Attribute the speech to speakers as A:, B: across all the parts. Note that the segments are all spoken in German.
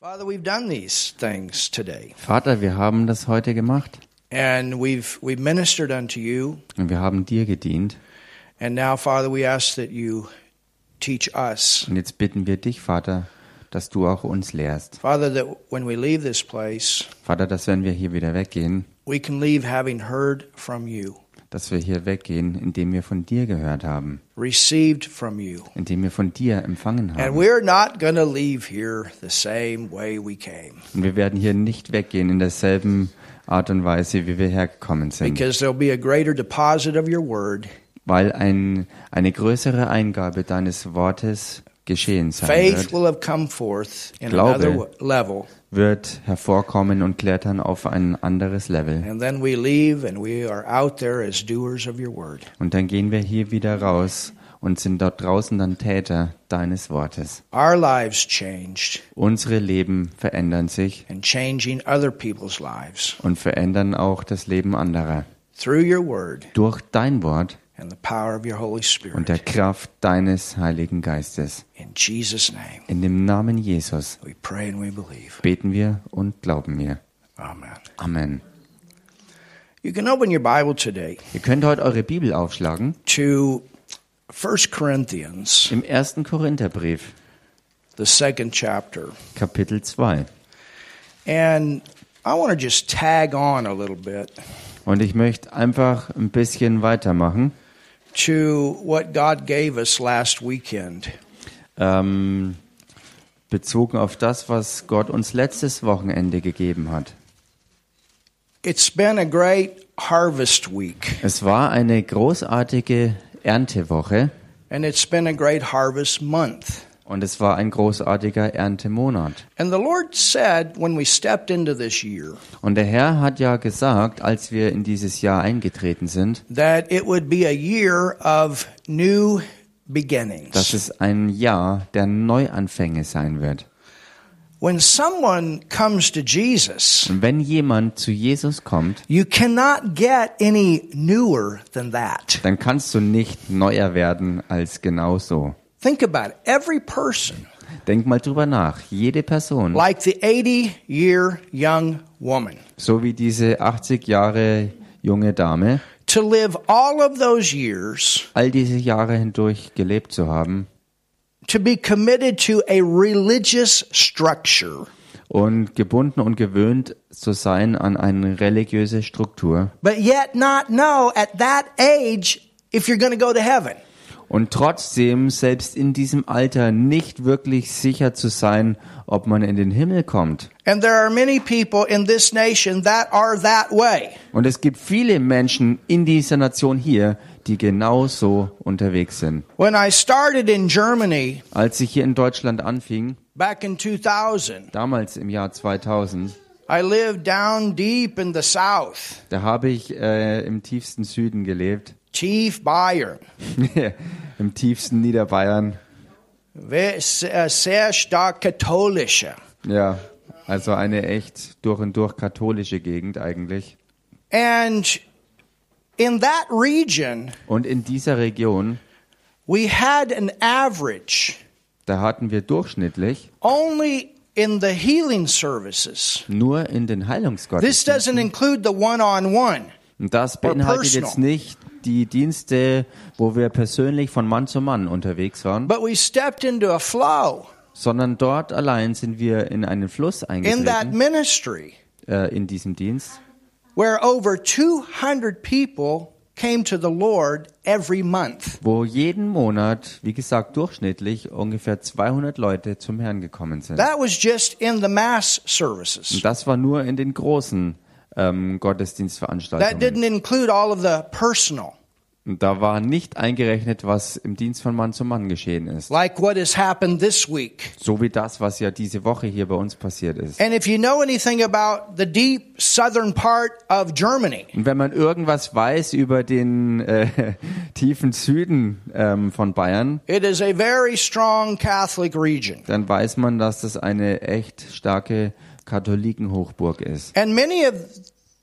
A: Father, we've done these things today,
B: Vater, wir haben das heute gemacht
A: and we've we've ministered unto you.
B: und wir haben dir gedient.
A: And now, Father, we ask that you teach us,
B: Und jetzt bitten wir dich, Vater, dass du auch uns lehrst.
A: Father, that when we leave this place,
B: Vater, dass wenn wir hier wieder weggehen,
A: we can leave having heard from you,
B: dass wir hier weggehen, indem wir von dir gehört haben,
A: received from you,
B: indem wir von dir empfangen
A: and
B: haben.
A: we're not going to leave here the same way we came,
B: Und wir werden hier nicht weggehen in derselben Art und Weise, wie wir hergekommen sind,
A: because there'll be a greater deposit of your word.
B: weil ein, eine größere Eingabe deines Wortes geschehen sein
A: Faith
B: wird,
A: will have come forth in
B: Glaube.
A: another w- level,
B: wird hervorkommen und klettern auf ein anderes Level.
A: and then we leave and we are out there as doers of your word.
B: Und dann gehen wir hier wieder raus und sind dort draußen dann Täter deines Wortes.
A: Our lives changed
B: Unsere Leben verändern sich
A: and changing other people's lives
B: und verändern auch das Leben anderer
A: through your word
B: durch dein Wort
A: and the power of your Holy
B: und
A: Spirit.
B: der Kraft deines Heiligen Geistes.
A: In Jesus' name,
B: In dem Namen Jesus
A: we pray and we believe.
B: beten wir und glauben wir.
A: Amen.
B: Amen.
A: You can open your Bible today
B: Ihr könnt heute eure Bibel aufschlagen
A: to 1 Corinthians,
B: im 1. Korintherbrief,
A: the second chapter.
B: Kapitel 2.
A: And I want to just tag on a little bit
B: Und ich möchte einfach ein bisschen weitermachen.
A: to what God gave us last weekend.
B: ähm, bezogen auf das, was Gott uns letztes Wochenende gegeben hat.
A: It's been a great harvest week,
B: Es war eine großartige Erntewoche
A: and it's been a great harvest month.
B: und es war ein großartiger Erntemonat.
A: And the Lord said when we stepped into this year
B: Und der Herr hat ja gesagt, als wir in dieses Jahr eingetreten sind,
A: that it would be a year of new
B: dass
A: beginnings.
B: es ein Jahr der Neuanfänge sein wird.
A: When someone comes to Jesus,
B: Und wenn jemand zu Jesus kommt,
A: you cannot get any newer than that.
B: dann kannst du nicht neuer werden als genau so.
A: Think about it. Every person,
B: Denk mal drüber nach. Jede Person
A: like the 80 year young woman,
B: So wie diese 80 Jahre junge Dame
A: to live all of those years
B: all diese Jahre hindurch gelebt zu haben
A: to be committed to a religious structure,
B: und gebunden und gewöhnt zu sein an eine religiöse Struktur
A: but yet not know at that age if you're going to go to heaven.
B: und trotzdem selbst in diesem Alter nicht wirklich sicher zu sein, ob man in den Himmel kommt.
A: And there are many people in this nation that are that way.
B: Und es gibt viele Menschen in dieser Nation hier, die genauso unterwegs sind.
A: When I started in Germany
B: Als ich hier in Deutschland anfing,
A: back in 2000,
B: damals im Jahr 2000,
A: I lived down deep in the south,
B: da habe ich äh, im tiefsten Süden gelebt.
A: Tief Bayern,
B: Im tiefsten Niederbayern.
A: we- se- sehr stark uh, katholische.
B: Ja, also eine echt durch und durch katholische Gegend eigentlich.
A: And in that region,
B: Und in dieser Region,
A: we had an average
B: da hatten wir durchschnittlich
A: only in the healing services.
B: nur in den
A: This
B: Heilungsgottesdiensten.
A: doesn't include the one on one.
B: Und das beinhaltet
A: personal.
B: jetzt nicht die Dienste, wo wir persönlich von Mann zu Mann unterwegs waren,
A: But we stepped into a flow
B: sondern dort allein sind wir in einen Fluss
A: in that
B: eingetreten,
A: ministry
B: äh, in diesem Dienst,
A: where over 200 people came to the Lord every month.
B: wo jeden Monat, wie gesagt, durchschnittlich ungefähr 200 Leute zum Herrn gekommen sind.
A: That was just in the mass services.
B: Und das war nur in den großen ähm,
A: That
B: Gottesdienstveranstaltungen.
A: didn't include all of the personal,
B: Und da war nicht eingerechnet, was im Dienst von Mann zu Mann geschehen ist.
A: like what has happened this week.
B: So wie das, was ja diese Woche hier bei uns passiert ist.
A: And if you know anything about the deep southern part of Germany,
B: Und wenn man irgendwas weiß über den äh, tiefen Süden ähm, von Bayern,
A: it is a very strong Catholic region.
B: dann weiß man, dass das eine echt starke Katholikenhochburg ist.
A: And many of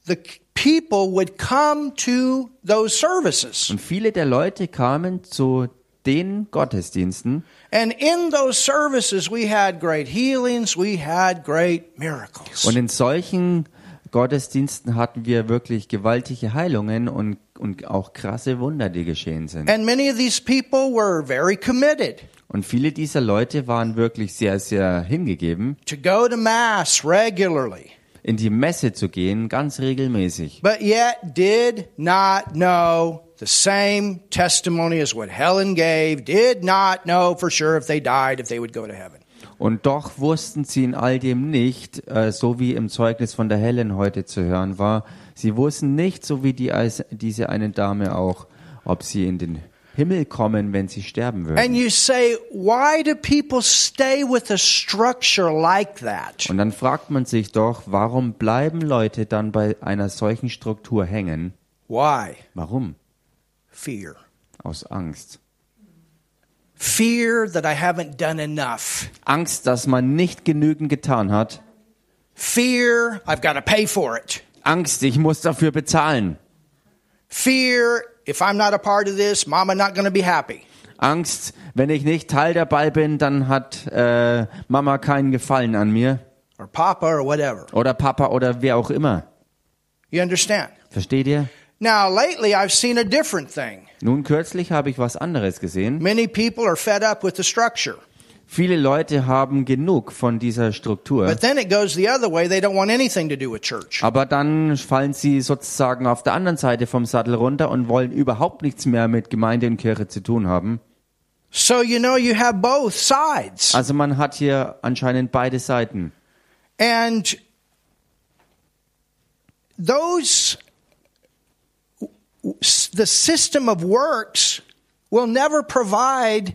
A: the people would come to those services.
B: Und viele der Leute kamen zu den Gottesdiensten.
A: And in those services, we had great healings, we had great miracles.
B: Und in solchen Gottesdiensten hatten wir wirklich gewaltige Heilungen und, und auch krasse Wunder, die geschehen sind.
A: And many of these people were very committed
B: Und viele dieser Leute waren wirklich sehr, sehr hingegeben,
A: to go to Mass regularly,
B: in die Messe zu gehen, ganz regelmäßig.
A: but yet did not know the same testimony as what Helen gave, did not know for sure if they died, if they would go to heaven.
B: Und doch wussten sie in all dem nicht, äh, so wie im Zeugnis von der Helen heute zu hören war, sie wussten nicht, so wie die, als diese eine Dame auch, ob sie in den Himmel kommen, wenn sie sterben würden.
A: And you say, why do people stay with a structure like that?
B: Und dann fragt man sich doch, warum bleiben Leute dann bei einer solchen Struktur hängen?
A: Why?
B: Warum?
A: Fear.
B: Aus Angst.
A: Fear that I haven't done enough.
B: Angst, dass man nicht genügend getan hat.
A: Fear I've got to pay for it.
B: Angst, ich muss dafür bezahlen.
A: Fear if I'm not a part of this, mama not going to be happy.
B: Angst, wenn ich nicht Teil dabei bin, dann hat äh, Mama keinen Gefallen an mir.
A: Or papa or whatever.
B: Oder Papa oder wer auch immer.
A: You understand?
B: Versteht ihr?
A: Now, lately I've seen a different thing.
B: Nun kürzlich habe ich was anderes gesehen.
A: Many people are fed up with the structure.
B: Viele Leute haben genug von dieser Struktur.
A: But then it goes the other way. They don't want anything to do with church.
B: Aber dann fallen sie sozusagen auf der anderen Seite vom Sattel runter und wollen überhaupt nichts mehr mit Gemeinde und Kirche zu tun haben.
A: So, you know, you have both sides.
B: Also man hat hier anscheinend beide Seiten.
A: And those, the system of works will never provide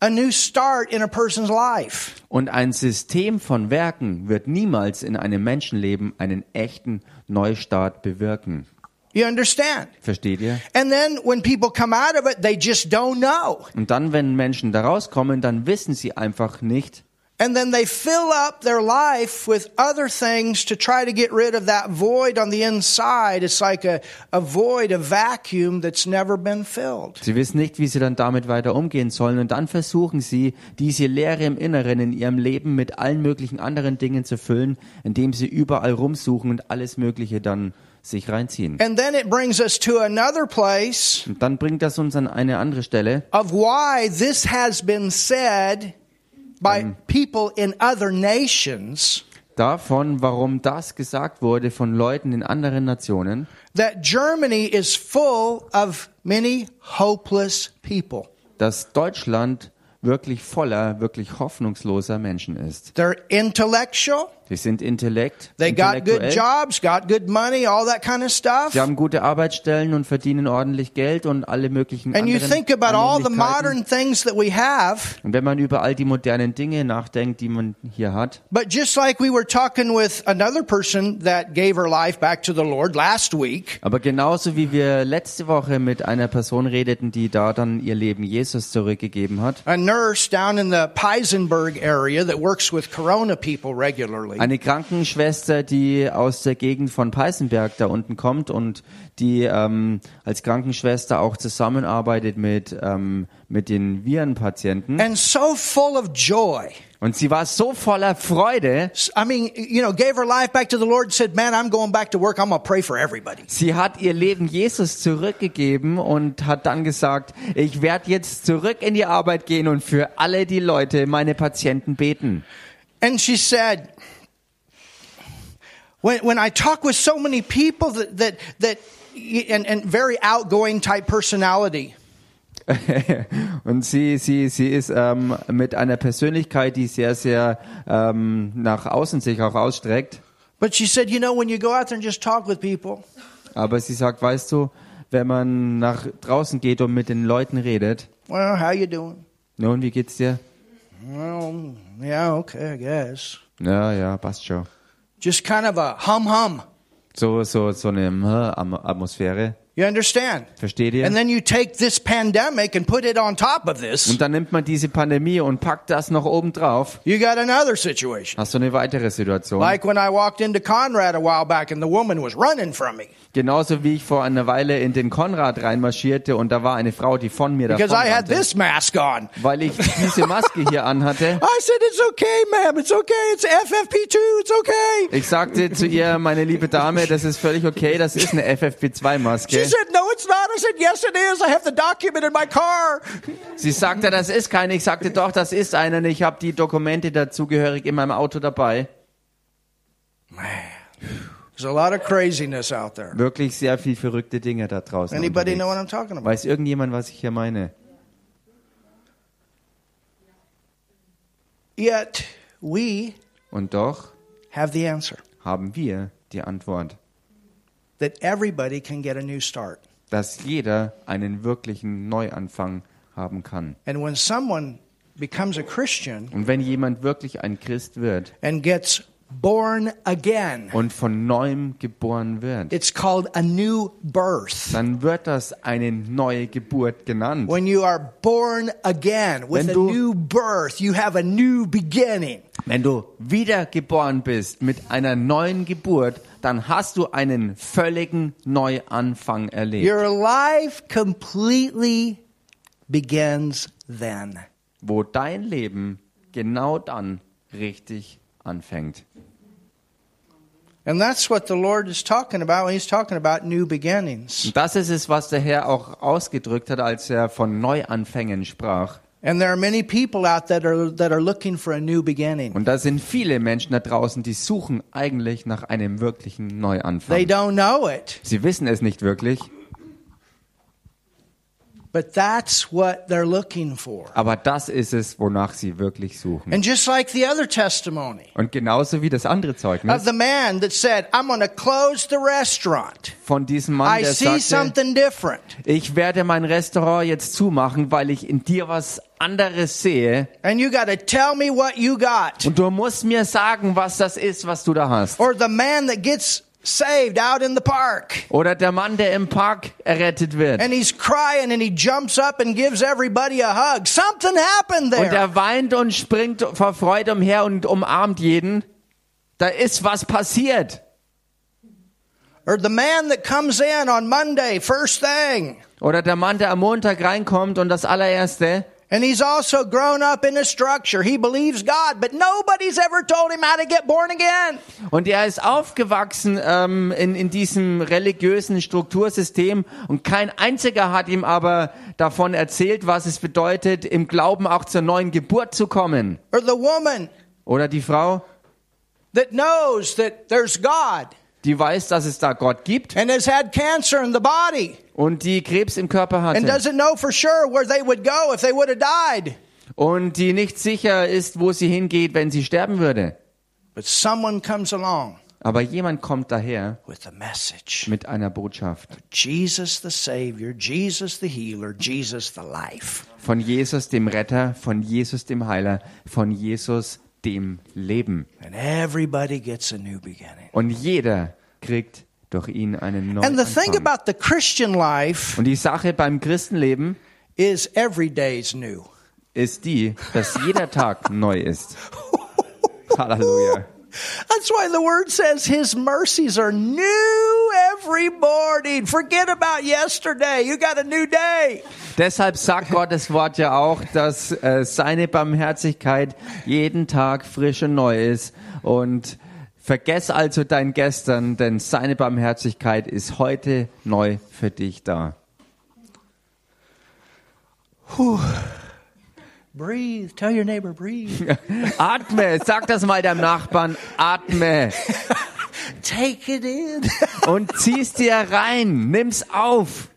A: a new start in a person's life.
B: Und ein System von Werken wird niemals in einem Menschenleben einen echten Neustart bewirken.
A: You understand?
B: Versteht ihr?
A: And then when people come out of it, they just don't know.
B: Und dann, wenn Menschen da rauskommen, dann wissen sie einfach nicht.
A: And then they fill up their life with other things to try to get rid of that void on the inside. It's like a, a void, a vacuum that's never been filled.
B: Sie wissen nicht, wie sie dann damit weiter umgehen sollen. Und dann versuchen sie, diese Leere im Inneren in ihrem Leben mit allen möglichen anderen Dingen zu füllen, indem sie überall rumsuchen und alles Mögliche dann sich reinziehen.
A: And then it brings us to another place
B: Und dann bringt das uns an eine andere Stelle.
A: of why this has been said by people in other nations
B: davon, warum das gesagt wurde von Leuten in anderen Nationen,
A: that Germany is full of many hopeless people.
B: dass Deutschland wirklich voller, wirklich hoffnungsloser Menschen ist.
A: They're intellectual,
B: Sie sind Intellekt,
A: they got good
B: intellektuell,
A: jobs, got good money, all that kind of stuff.
B: sie haben gute Arbeitsstellen und verdienen ordentlich Geld und alle möglichen
A: And you
B: anderen
A: think about all the
B: Annehmlichkeiten.
A: modern things that we have,
B: Und wenn man über all die modernen Dinge nachdenkt, die man hier hat,
A: but just like we were talking with another person that gave her life back to the Lord last week,
B: aber genauso wie wir letzte Woche mit einer Person redeten, die da dann ihr Leben Jesus zurückgegeben hat,
A: a nurse down in the Peisenberg area that works with corona people regularly.
B: Eine Krankenschwester, die aus der Gegend von Peißenberg da unten kommt und die ähm, als Krankenschwester auch zusammenarbeitet mit, ähm, mit den Virenpatienten.
A: And so full of joy.
B: Und sie war so voller Freude.
A: S- I mean, you know, gave her life back to the Lord and said, Man, I'm going back to work. I'm going to pray for everybody.
B: Sie hat ihr Leben Jesus zurückgegeben und hat dann gesagt, ich werde jetzt zurück in die Arbeit gehen und für alle die Leute, meine Patienten beten.
A: And she said, when, when I talk with so many people that, that, that and, and very outgoing type personality,
B: Und sie, sie, sie ist ähm, mit einer Persönlichkeit, die sehr, sehr ähm, nach außen sich auch ausstreckt.
A: But she said, you know, when you go out there and just talk with people,
B: Aber sie sagt, weißt du, wenn man nach draußen geht und mit den Leuten redet,
A: well, how you doing?
B: nun, wie geht's dir?
A: Well, yeah, okay, I guess.
B: Ja, ja, passt schon.
A: Just kind of a hum hum.
B: So, so, so eine hm, Am- Atmosphäre.
A: You understand?
B: Versteht ihr?
A: And then you take this pandemic and put it on top of this.
B: Und dann nimmt man diese Pandemie und packt das noch oben drauf.
A: You got another situation.
B: Hast du eine weitere Situation?
A: Like when I walked into Conrad a while back and the woman was running from me
B: Genauso wie ich vor einer Weile in den Konrad reinmarschierte und da war eine Frau, die von mir davon
A: because I had
B: rannte,
A: this mask on.
B: weil ich diese Maske hier anhatte.
A: I said, It's okay, ma'am. It's okay. It's FFP2. It's okay.
B: Ich sagte zu ihr, meine liebe Dame, das ist völlig okay, das ist eine
A: She
B: FFP2-Maske.
A: said, No, it's not. I said, Yes, it is. I have the document in my car.
B: Sie sagte, das ist keine. Ich sagte, doch, das ist eine und ich habe die Dokumente dazugehörig in meinem Auto dabei.
A: Man, there's a lot of craziness out there.
B: Wirklich sehr viel verrückte Dinge da draußen.
A: Anybody know
B: unterwegs.
A: what I'm talking about?
B: Weiß irgendjemand, was ich hier meine?
A: Yet we
B: Und doch
A: have the answer
B: haben wir die Antwort,
A: that everybody can get a new start.
B: dass jeder einen wirklichen Neuanfang haben kann.
A: And when someone becomes a Christian
B: Und wenn jemand wirklich ein Christ wird
A: and gets born again,
B: und von neuem geboren wird,
A: it's called a new birth.
B: dann wird das eine neue Geburt genannt.
A: When you are born again with
B: Wenn
A: a
B: du-
A: new birth, you have a new beginning.
B: Wenn du wiedergeboren bist mit einer neuen Geburt, dann hast du einen völligen Neuanfang erlebt,
A: Your life completely begins then.
B: wo dein Leben genau dann richtig anfängt.
A: And that's what the Lord is talking about when He's talking about new beginnings.
B: Und das ist es, was der Herr auch ausgedrückt hat, als er von Neuanfängen sprach.
A: And there are many people out that are that are looking for a new beginning.
B: Und da sind viele Menschen da draußen, die suchen eigentlich nach einem wirklichen
A: They
B: Neuanfang.
A: don't know it,
B: Sie wissen es nicht wirklich,
A: but that's what they're looking for.
B: aber das ist es, wonach sie wirklich suchen.
A: And just like the other testimony
B: Und genauso wie das andere ne?
A: of
B: Zeugnis
A: the man that said, "I'm going to close the restaurant.
B: von diesem Mann,
A: I
B: der
A: see
B: sagte,
A: something different."
B: Ich werde mein Restaurant jetzt zumachen, weil ich in dir was anderes sehe.
A: And you got to tell me what you got.
B: Und du musst mir sagen, was das ist, was du da hast.
A: Or the man that gets saved out in the park.
B: Oder der Mann, der im Park errettet wird.
A: And he's crying and he jumps up and gives everybody a hug. Something happened
B: Und
A: there.
B: er weint und springt vor Freude umher und umarmt jeden. Da ist was passiert.
A: Or the man that comes in on Monday, first thing,
B: Oder der Mann, der am Montag reinkommt und das allererste.
A: and he's also grown up in a structure. He believes God, but nobody's ever told him how to get born again.
B: Und er ist aufgewachsen ähm, in, in diesem religiösen Struktursystem und kein einziger hat ihm aber davon erzählt, was es bedeutet, im Glauben auch zur neuen Geburt zu kommen.
A: Or the woman
B: Oder die Frau,
A: that knows that there's God
B: die weiß, dass es da Gott gibt
A: and has had cancer in the body
B: und die Krebs im Körper
A: and
B: hatte
A: doesn't know for sure where they would go if they would have died.
B: und die nicht sicher ist, wo sie hingeht, wenn sie sterben würde.
A: But someone comes along
B: Aber jemand kommt daher
A: with a message
B: mit einer Botschaft
A: Jesus the Savior, Jesus the Healer, Jesus the Life.
B: von Jesus dem Retter, von Jesus dem Heiler, von Jesus dem Leben.
A: And everybody gets a new beginning.
B: Und jeder kriegt durch ihn einen neuen
A: And the thing
B: Anfang.
A: about the Christian life
B: Und die Sache beim Christenleben
A: is every day's new.
B: ist die, dass jeder Tag neu ist. Halleluja.
A: That's why the word says his mercies are new every morning. Forget about yesterday. You got a new day.
B: Deshalb sagt Gottes Wort ja auch, dass äh, seine Barmherzigkeit jeden Tag frisch und neu ist. Und vergess also dein Gestern, denn seine Barmherzigkeit ist heute neu für dich da.
A: Breathe. Tell your neighbor, breathe.
B: Atme, sag das mal deinem Nachbarn, atme
A: Take it in.
B: und zieh's dir rein, nimm's auf.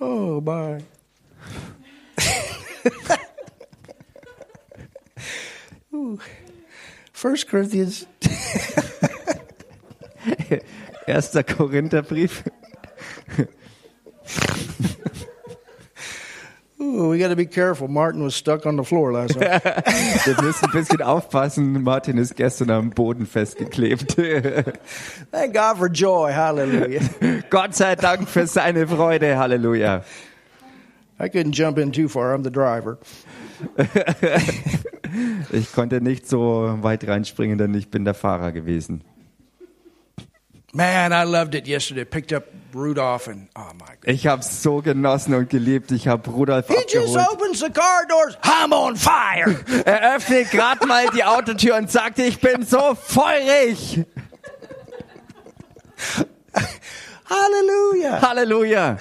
A: oh, my. Ooh. First Corinthians
B: 1. Korintherbrief.
A: Ooh, we got to be careful. Martin was stuck on the floor last night.
B: Wir müssen ein bisschen aufpassen. Martin ist gestern am Boden festgeklebt.
A: Thank God for joy. Hallelujah.
B: Gott sei Dank für seine Freude. Halleluja.
A: I couldn't jump in too far. I'm the driver.
B: Ich konnte nicht so weit reinspringen, denn ich bin der Fahrer gewesen.
A: Man, I loved it yesterday. Picked up Rudolph and oh my God.
B: Ich habe es so genossen und geliebt. Ich habe Rudolf
A: He just
B: abgeholt.
A: opens the car doors. I'm on fire.
B: Er öffnet gerade mal die Autotür und sagte, ich bin so feurig.
A: Hallelujah.
B: Halleluja.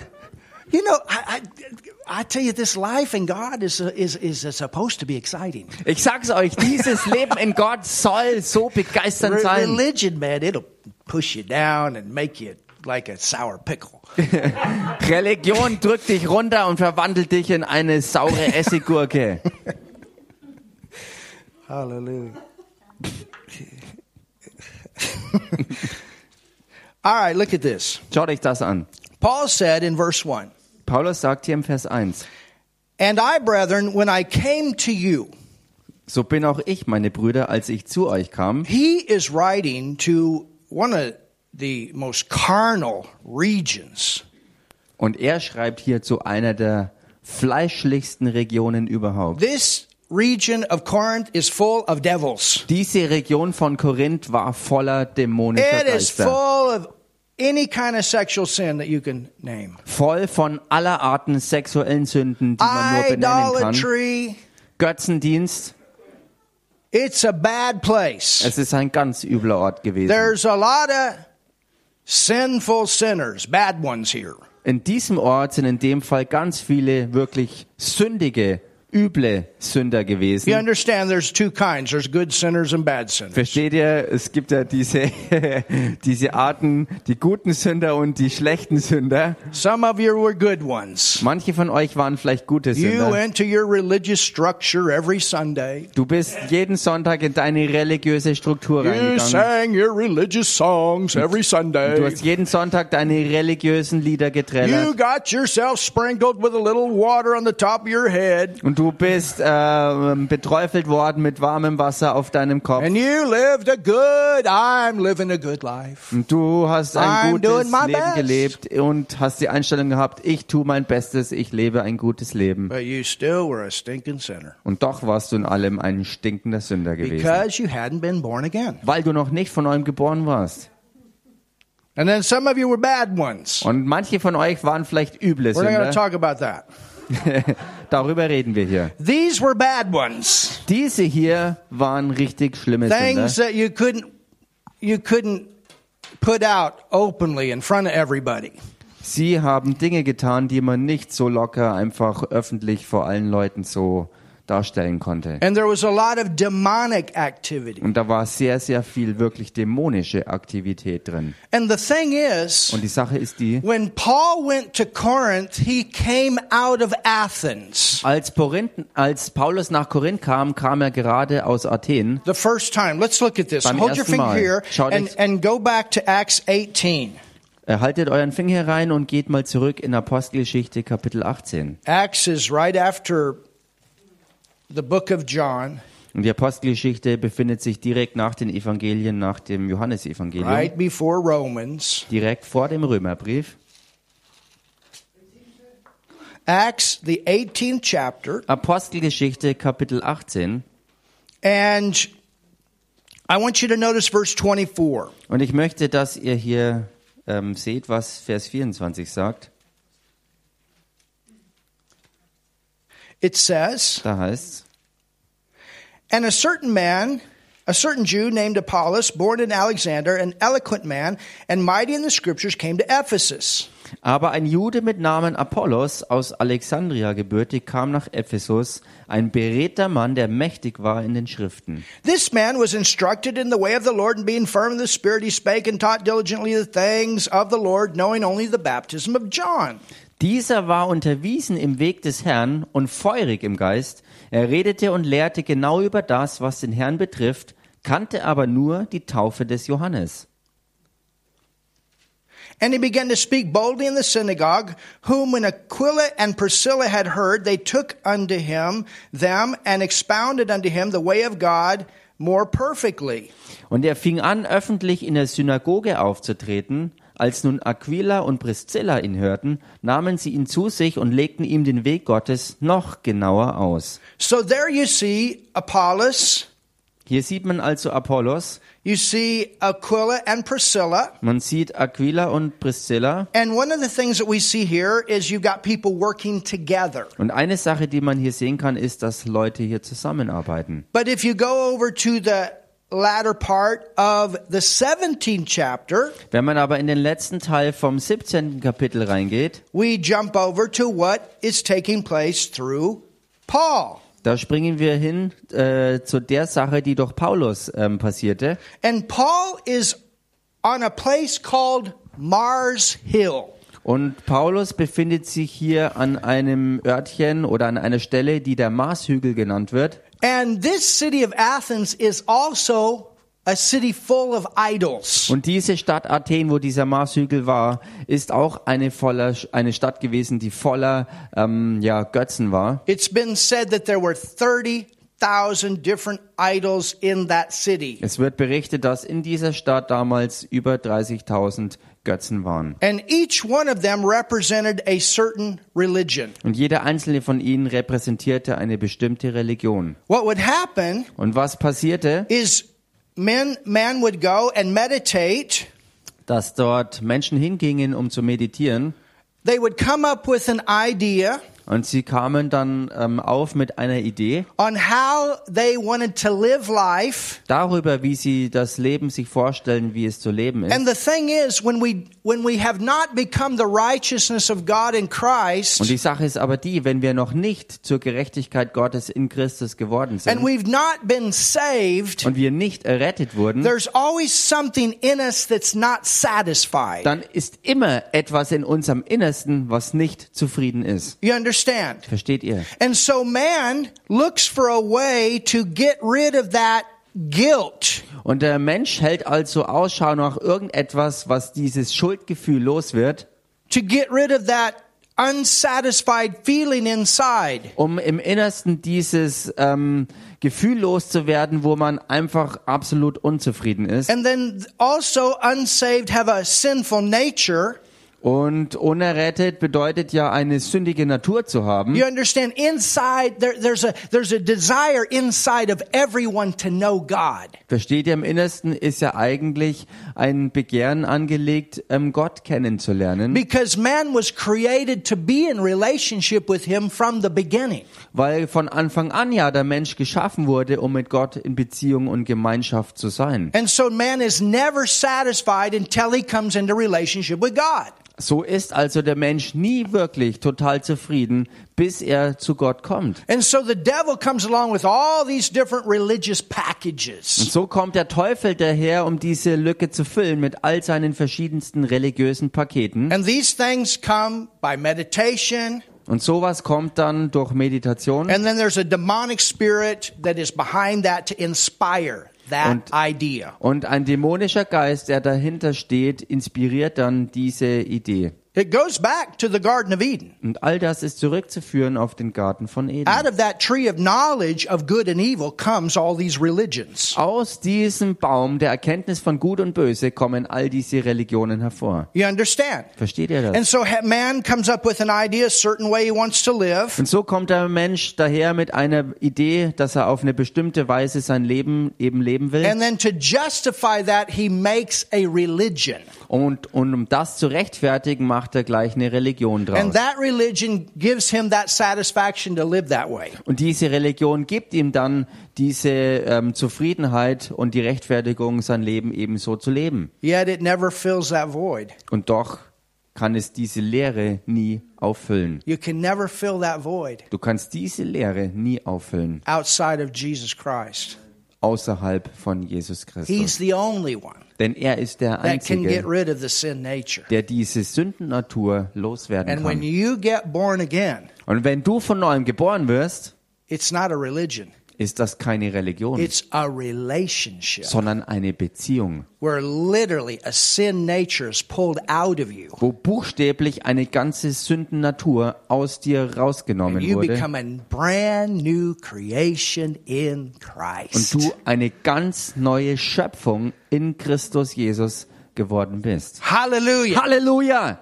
A: You know, I, I, I tell you, this life in God is, is, is supposed to be exciting.
B: Ich sag's euch, dieses Leben in Gott soll so begeisternd
A: Re-
B: sein.
A: religion, man, it'll push you down and make you like a sour pickle.
B: Religion drückt dich runter und verwandelt dich in eine saure Essiggurke.
A: Hallelujah. All right, look at this.
B: Schaut euch das an.
A: Paul said in verse 1
B: Paulus sagt hier im Vers 1,
A: And I, brethren, when I came to you,
B: so bin auch ich, meine Brüder, als ich zu euch kam.
A: he is writing to one of the most carnal regions
B: Und er schreibt hier zu einer der fleischlichsten Regionen überhaupt.
A: This region of Corinth is full of devils.
B: Diese Region von Korinth war voller dämonischer
A: It is
B: Geister.
A: full of any kind of sexual sin that you can name.
B: Voll von aller Arten sexuellen Sünden, die man nur benennen kann.
A: Idolatry.
B: Götzendienst,
A: It's a bad place.
B: es ist ein ganz übler Ort gewesen.
A: There's a lot of sinful sinners, bad ones here.
B: In diesem Ort sind in dem Fall ganz viele wirklich sündige, üble Sünder
A: You
B: gewesen.
A: understand there's two kinds. There's good sinners and bad sinners.
B: Versteht ihr, es gibt ja diese, diese Arten, die guten Sünder und die schlechten Sünder.
A: Some of you were good ones.
B: Manche von euch waren vielleicht gute
A: You
B: Sünder.
A: went to your religious structure every Sunday.
B: Du bist jeden Sonntag in deine religiöse Struktur
A: You
B: reingegangen.
A: sang your religious songs every Sunday.
B: Du hast jeden Sonntag deine religiösen Lieder
A: You
B: getrennt.
A: got yourself sprinkled with a little water on the top of your head,
B: Und du bist ähm, beträufelt worden mit warmem Wasser auf deinem Kopf.
A: and you lived a good. I'm living a good life.
B: Und Du hast
A: I'm
B: ein gutes
A: doing my
B: Leben
A: best.
B: gelebt und hast die Einstellung gehabt, ich tue mein Bestes, ich lebe ein gutes Leben.
A: But you still were a stinking sinner
B: Und doch warst du in allem ein stinkender Sünder gewesen,
A: because you hadn't been born again.
B: weil du noch nicht von neuem geboren warst.
A: And then some of you were bad ones.
B: Und manche von euch waren vielleicht üble
A: We're not going to
B: Sünder.
A: talk about that.
B: Darüber reden wir hier.
A: These were bad ones.
B: Diese hier waren richtig schlimme Sünder.
A: Things that you couldn't you couldn't put out openly in front of everybody.
B: Sie haben Dinge getan, die man nicht so locker einfach öffentlich vor allen Leuten so darstellen konnte.
A: And there was a lot of demonic activity.
B: Und da war sehr, sehr viel wirklich dämonische Aktivität drin.
A: And the thing is,
B: Und die Sache ist die,
A: When Paul went to Corinth, he came out of Athens
B: Als, Porinth, als Paulus nach Korinth kam, kam er gerade aus Athen.
A: the first time. Let's look at this.
B: Beim
A: Hold your
B: ersten
A: finger
B: Mal.
A: here
B: Schaut
A: and,
B: jetzt-
A: and go back to Acts 18.
B: Äh, Haltet euren Finger rein und geht mal zurück in Apostelgeschichte Kapitel 18.
A: Acts is right after the book of John,
B: Und die Apostelgeschichte befindet sich direkt nach den Evangelien, nach dem Johannesevangelium,
A: right before Romans.
B: direkt vor dem Römerbrief.
A: Acts, the 18th chapter.
B: Apostelgeschichte Kapitel 18.
A: And I want you to notice verse 24.
B: Und ich möchte, dass ihr hier ähm, seht, was Vers 24 sagt.
A: It says,
B: Da heißt's.
A: And a certain man, a certain Jew named Apollos, born in Alexander, an eloquent man and mighty in the scriptures, came to Ephesus.
B: Aber ein Jude mit Namen Apollos aus Alexandria gebürtig kam nach Ephesus, ein beredter Mann, der mächtig war in den Schriften.
A: This man was instructed in the way of the Lord, and being firm in the Spirit, he spake and taught diligently the things of the Lord, knowing only the baptism of John.
B: Dieser war unterwiesen im Weg des Herrn und feurig im Geist. Er redete und lehrte genau über das, was den Herrn betrifft, kannte aber nur die Taufe des Johannes.
A: And he began to speak boldly in the synagogue, whom when Aquila and Priscilla had heard, they took unto him them and expounded unto him the way of God more perfectly.
B: Und er fing an, öffentlich in der Synagoge aufzutreten. Als nun Aquila und Priscilla ihn hörten, nahmen sie ihn zu sich und legten ihm den Weg Gottes noch genauer aus.
A: So there you see Apollos,
B: Hier sieht man also Apollos,
A: you see Aquila and Priscilla.
B: man sieht Aquila und Priscilla.
A: And one of the things that we see here is you've got people working together.
B: Und eine Sache, die man hier sehen kann, ist, dass Leute hier zusammenarbeiten.
A: But if you go over to the latter part of the 17th chapter,
B: Wenn man aber in den letzten Teil vom 17. Kapitel reingeht,
A: we jump over to what is taking place through Paul.
B: da springen wir hin äh, zu der Sache, die durch Paulus ähm, passierte.
A: And Paul is on a place called Mars Hill.
B: Und Paulus befindet sich hier an einem Örtchen oder an einer Stelle, die der Marshügel genannt wird.
A: And this city of Athens is also a city full of idols.
B: Und diese Stadt Athen, wo dieser Marshügel war, ist auch eine, voller, eine Stadt gewesen, die voller ähm, ja, Götzen war.
A: It's been said that there were 30,000 different idols in that city.
B: Es wird berichtet, dass in dieser Stadt damals über 30.000 Götzen waren.
A: And each one of them represented a certain religion.
B: Und jeder einzelne von ihnen repräsentierte eine bestimmte Religion.
A: What would happen
B: Und was passierte?
A: is men man would go and meditate
B: Dass dort Menschen hingingen, um zu meditieren.
A: They would come up with an idea
B: Und sie kamen dann ähm, auf mit einer Idee
A: on how they wanted to live life.
B: darüber, wie sie das Leben sich vorstellen, wie es zu leben ist.
A: And the thing is, when we when we have not become the righteousness of God in
B: Und
A: Christ,
B: die Sache ist aber die, wenn wir noch nicht zur Gerechtigkeit Gottes in Christus geworden
A: and
B: sind
A: we've not been saved,
B: und wir nicht errettet wurden,
A: there's always something in us that's not satisfied.
B: dann ist immer etwas in unserem Innersten, was nicht zufrieden ist.
A: You understand?
B: Versteht ihr?
A: And so man looks for a way to get rid of that guilt.
B: Und der Mensch hält also Ausschau nach irgendetwas, was dieses Schuldgefühl los wird,
A: to get rid of that unsatisfied feeling inside.
B: um im Innersten dieses ähm, Gefühl loszuwerden, wo man einfach absolut unzufrieden ist
A: And then also unsaved have a sinful nature.
B: Und unerrettet bedeutet ja eine sündige Natur zu haben.
A: You understand inside there, there's a there's a desire inside of everyone to know God.
B: Versteht ihr, im Innersten ist ja eigentlich ein Begehren angelegt, ähm, Gott kennenzulernen,
A: Because man was created to be in relationship with him from the beginning.
B: weil von Anfang an ja der Mensch geschaffen wurde, um mit Gott in Beziehung und Gemeinschaft zu sein.
A: And so man is never satisfied until he comes into relationship with God.
B: So ist also der Mensch nie wirklich total zufrieden, bis er zu Gott kommt.
A: And so the devil comes along with all these different religious packages.
B: So kommt der Teufel daher, um diese Lücke zu füllen mit all seinen verschiedensten religiösen Paketen.
A: And these things come by meditation.
B: Und sowas kommt dann durch Meditation.
A: And then there's a demonic spirit that is behind that to inspire that
B: Und-
A: idea.
B: Und ein dämonischer Geist, der dahinter steht, inspiriert dann diese Idee.
A: It goes back to the Garden of Eden.
B: Und all das ist zurückzuführen auf den Garten von Eden.
A: Out of that tree of knowledge of good and evil comes all these religions.
B: Aus diesem Baum der Erkenntnis von Gut und Böse kommen all diese Religionen hervor.
A: You understand?
B: Versteht ihr das?
A: And so ha- man comes up with an idea, a certain way he wants to live.
B: Und so kommt der Mensch daher mit einer Idee, dass er auf eine bestimmte Weise sein Leben eben leben will.
A: And then to justify that, he makes a religion.
B: Und, und um das zu rechtfertigen, macht er gleich eine Religion
A: And
B: draus.
A: that religion gives him that satisfaction to live that way.
B: Und diese Religion gibt ihm dann diese ähm, Zufriedenheit und die Rechtfertigung, sein Leben eben so zu leben.
A: Yet it never fills that void.
B: Und doch kann es diese Leere nie auffüllen.
A: You can never fill that void
B: Du kannst diese Leere nie auffüllen,
A: outside of Jesus Christ.
B: außerhalb von Jesus Christus.
A: He's the only one
B: Denn er ist der
A: that can get
B: Einzige,
A: rid of the sin nature.
B: der diese Sündennatur loswerden
A: And when
B: kann.
A: you get born again,
B: Und wenn du von neuem geboren wirst,
A: it's not a religion,
B: ist das keine Religion,
A: It's a relationship
B: sondern eine Beziehung,
A: where literally a sin nature is pulled out of you.
B: wo buchstäblich eine ganze Sündennatur aus dir
A: And
B: rausgenommen
A: you
B: wurde
A: become a brand new creation in
B: und
A: Christ.
B: du eine ganz neue Schöpfung in Christus Jesus geworden bist.
A: Hallelujah.
B: Halleluja!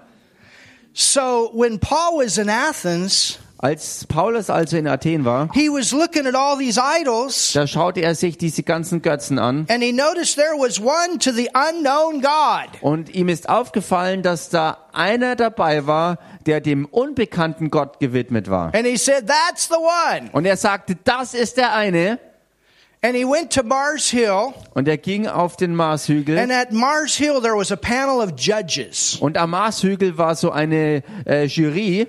A: So when Paul was in Athens,
B: Als Paulus also in Athen war,
A: he was looking at all these idols
B: da schaute er sich diese ganzen Götzen an
A: and he noticed there was one to the unknown God.
B: Und ihm ist aufgefallen, dass da einer dabei war, der dem unbekannten Gott gewidmet war.
A: And he said, That's the one.
B: Und er sagte, das ist der eine.
A: And he went to Mars Hill,
B: Und er ging auf den
A: and
B: Marshügel.
A: at Mars Hill there was a panel of judges.
B: Und am Marshügel war so eine äh, Jury.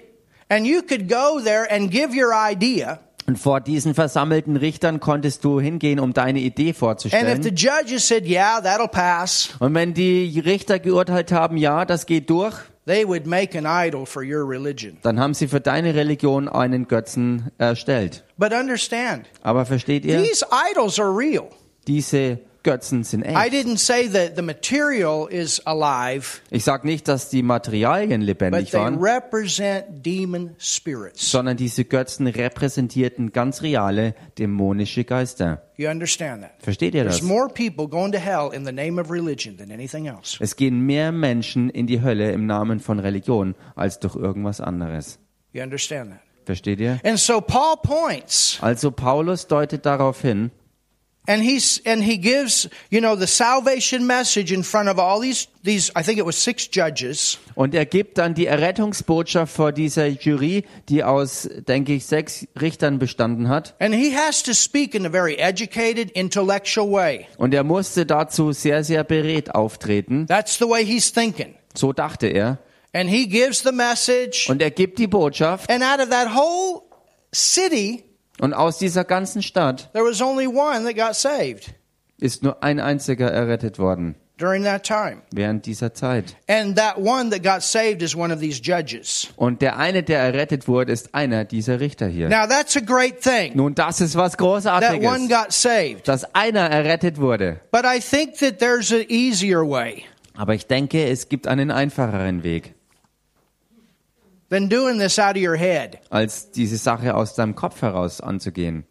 A: And you could go there and give your idea.
B: Und vor diesen versammelten Richtern konntest du hingehen, um deine Idee
A: And if the
B: vorzustellen.
A: judges said, Yeah, that'll pass,
B: Und wenn die Richter geurteilt haben, ja, das geht durch,
A: they would make an idol for your religion.
B: dann haben sie für deine Religion einen Götzen erstellt.
A: But understand,
B: Aber versteht ihr,
A: these idols are real.
B: diese Götzen sind echt.
A: I didn't say that the material is alive,
B: Ich sage nicht, dass die Materialien
A: but
B: lebendig
A: they
B: waren,
A: represent demon spirits.
B: sondern diese Götzen repräsentierten ganz reale dämonische Geister.
A: You understand that?
B: Versteht ihr das?
A: There's more people going to hell in the name of religion than anything else.
B: Es gehen mehr Menschen in die Hölle im Namen von Religion als durch irgendwas anderes.
A: You understand that?
B: Versteht ihr?
A: And so Paul points
B: Also Paulus deutet darauf hin
A: and he's and he gives, you know, the salvation message in front of all these these I think it was six judges.
B: und er gibt dann die Errettungsbotschaft vor dieser Jury, die aus, denke ich, sechs Richtern bestanden hat.
A: And he has to speak in a very educated, intellectual way.
B: Und er musste dazu sehr, sehr beredt auftreten.
A: That's the way he's thinking.
B: So dachte er.
A: And he gives the message.
B: Und er gibt die Botschaft
A: And out of that whole city,
B: und aus dieser ganzen Stadt
A: there was only one that got saved
B: ist nur ein einziger errettet worden
A: during that time.
B: während dieser Zeit.
A: And that one that got saved is one of these judges.
B: Und der eine, der errettet wurde, ist einer dieser Richter hier.
A: Now, that's a great thing.
B: Nun, das ist was
A: That one
B: Großartiges,
A: got saved.
B: dass einer errettet wurde.
A: But I think that there's an easier way
B: Aber ich denke, es gibt einen einfacheren Weg,
A: than doing this out of your head.
B: als diese Sache aus deinem Kopf heraus anzugehen.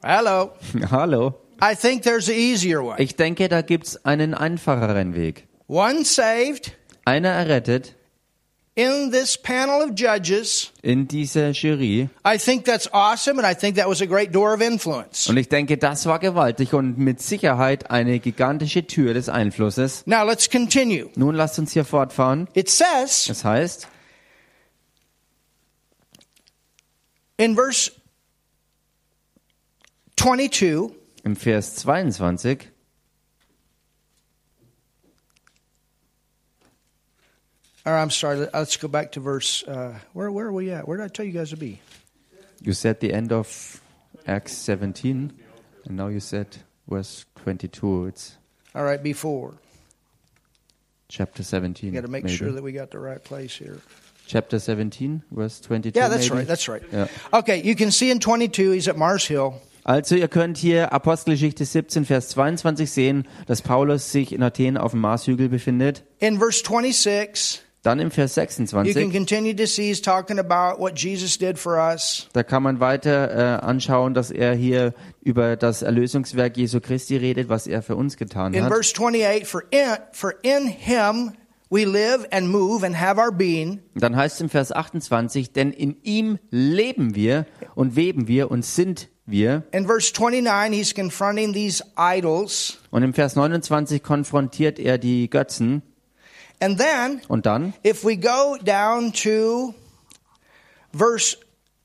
A: Hello.
B: Hallo.
A: I think there's an easier way.
B: Ich denke, da gibt's einen einfacheren Weg.
A: One saved
B: Einer errettet
A: in this panel of judges.
B: in dieser Jury.
A: I think that's awesome, and I think that was a great door of influence.
B: Und ich denke, das war gewaltig und mit Sicherheit eine gigantische Tür des Einflusses.
A: Now, let's continue.
B: Nun lasst uns hier fortfahren.
A: It says
B: Das heißt,
A: in verse 22
B: im Vers 22.
A: or i'm sorry let- let's go back to verse uh, where, where are we at where did i tell you guys to be
B: You said the end of Acts 17 and now you said verse 22. It's
A: all right before
B: chapter 17.
A: you got to make
B: maybe.
A: sure that we got the right place here
B: chapter 17, verse 22.
A: yeah that's
B: maybe.
A: right that's right
B: Yeah.
A: okay you can see in 22 he's at mars hill
B: Also ihr könnt hier Apostelgeschichte 17, Vers 22 sehen, dass Paulus sich in Athen auf dem Marshügel befindet.
A: in verse 26
B: Dann im Vers
A: you can
B: 26,
A: continue to see he's talking about what jesus did for us
B: da kann man weiter äh, anschauen, dass er hier über das Erlösungswerk Jesu Christi redet, was er für uns getan
A: in
B: hat.
A: verse 28 for in, for in him we live and move and have our being
B: Dann heißt es im Vers 28, denn in ihm leben wir und weben wir und sind wir.
A: in verse 29 he's confronting these idols
B: Und im Vers 29 konfrontiert er die Götzen.
A: and then
B: Und dann,
A: If we go down to verse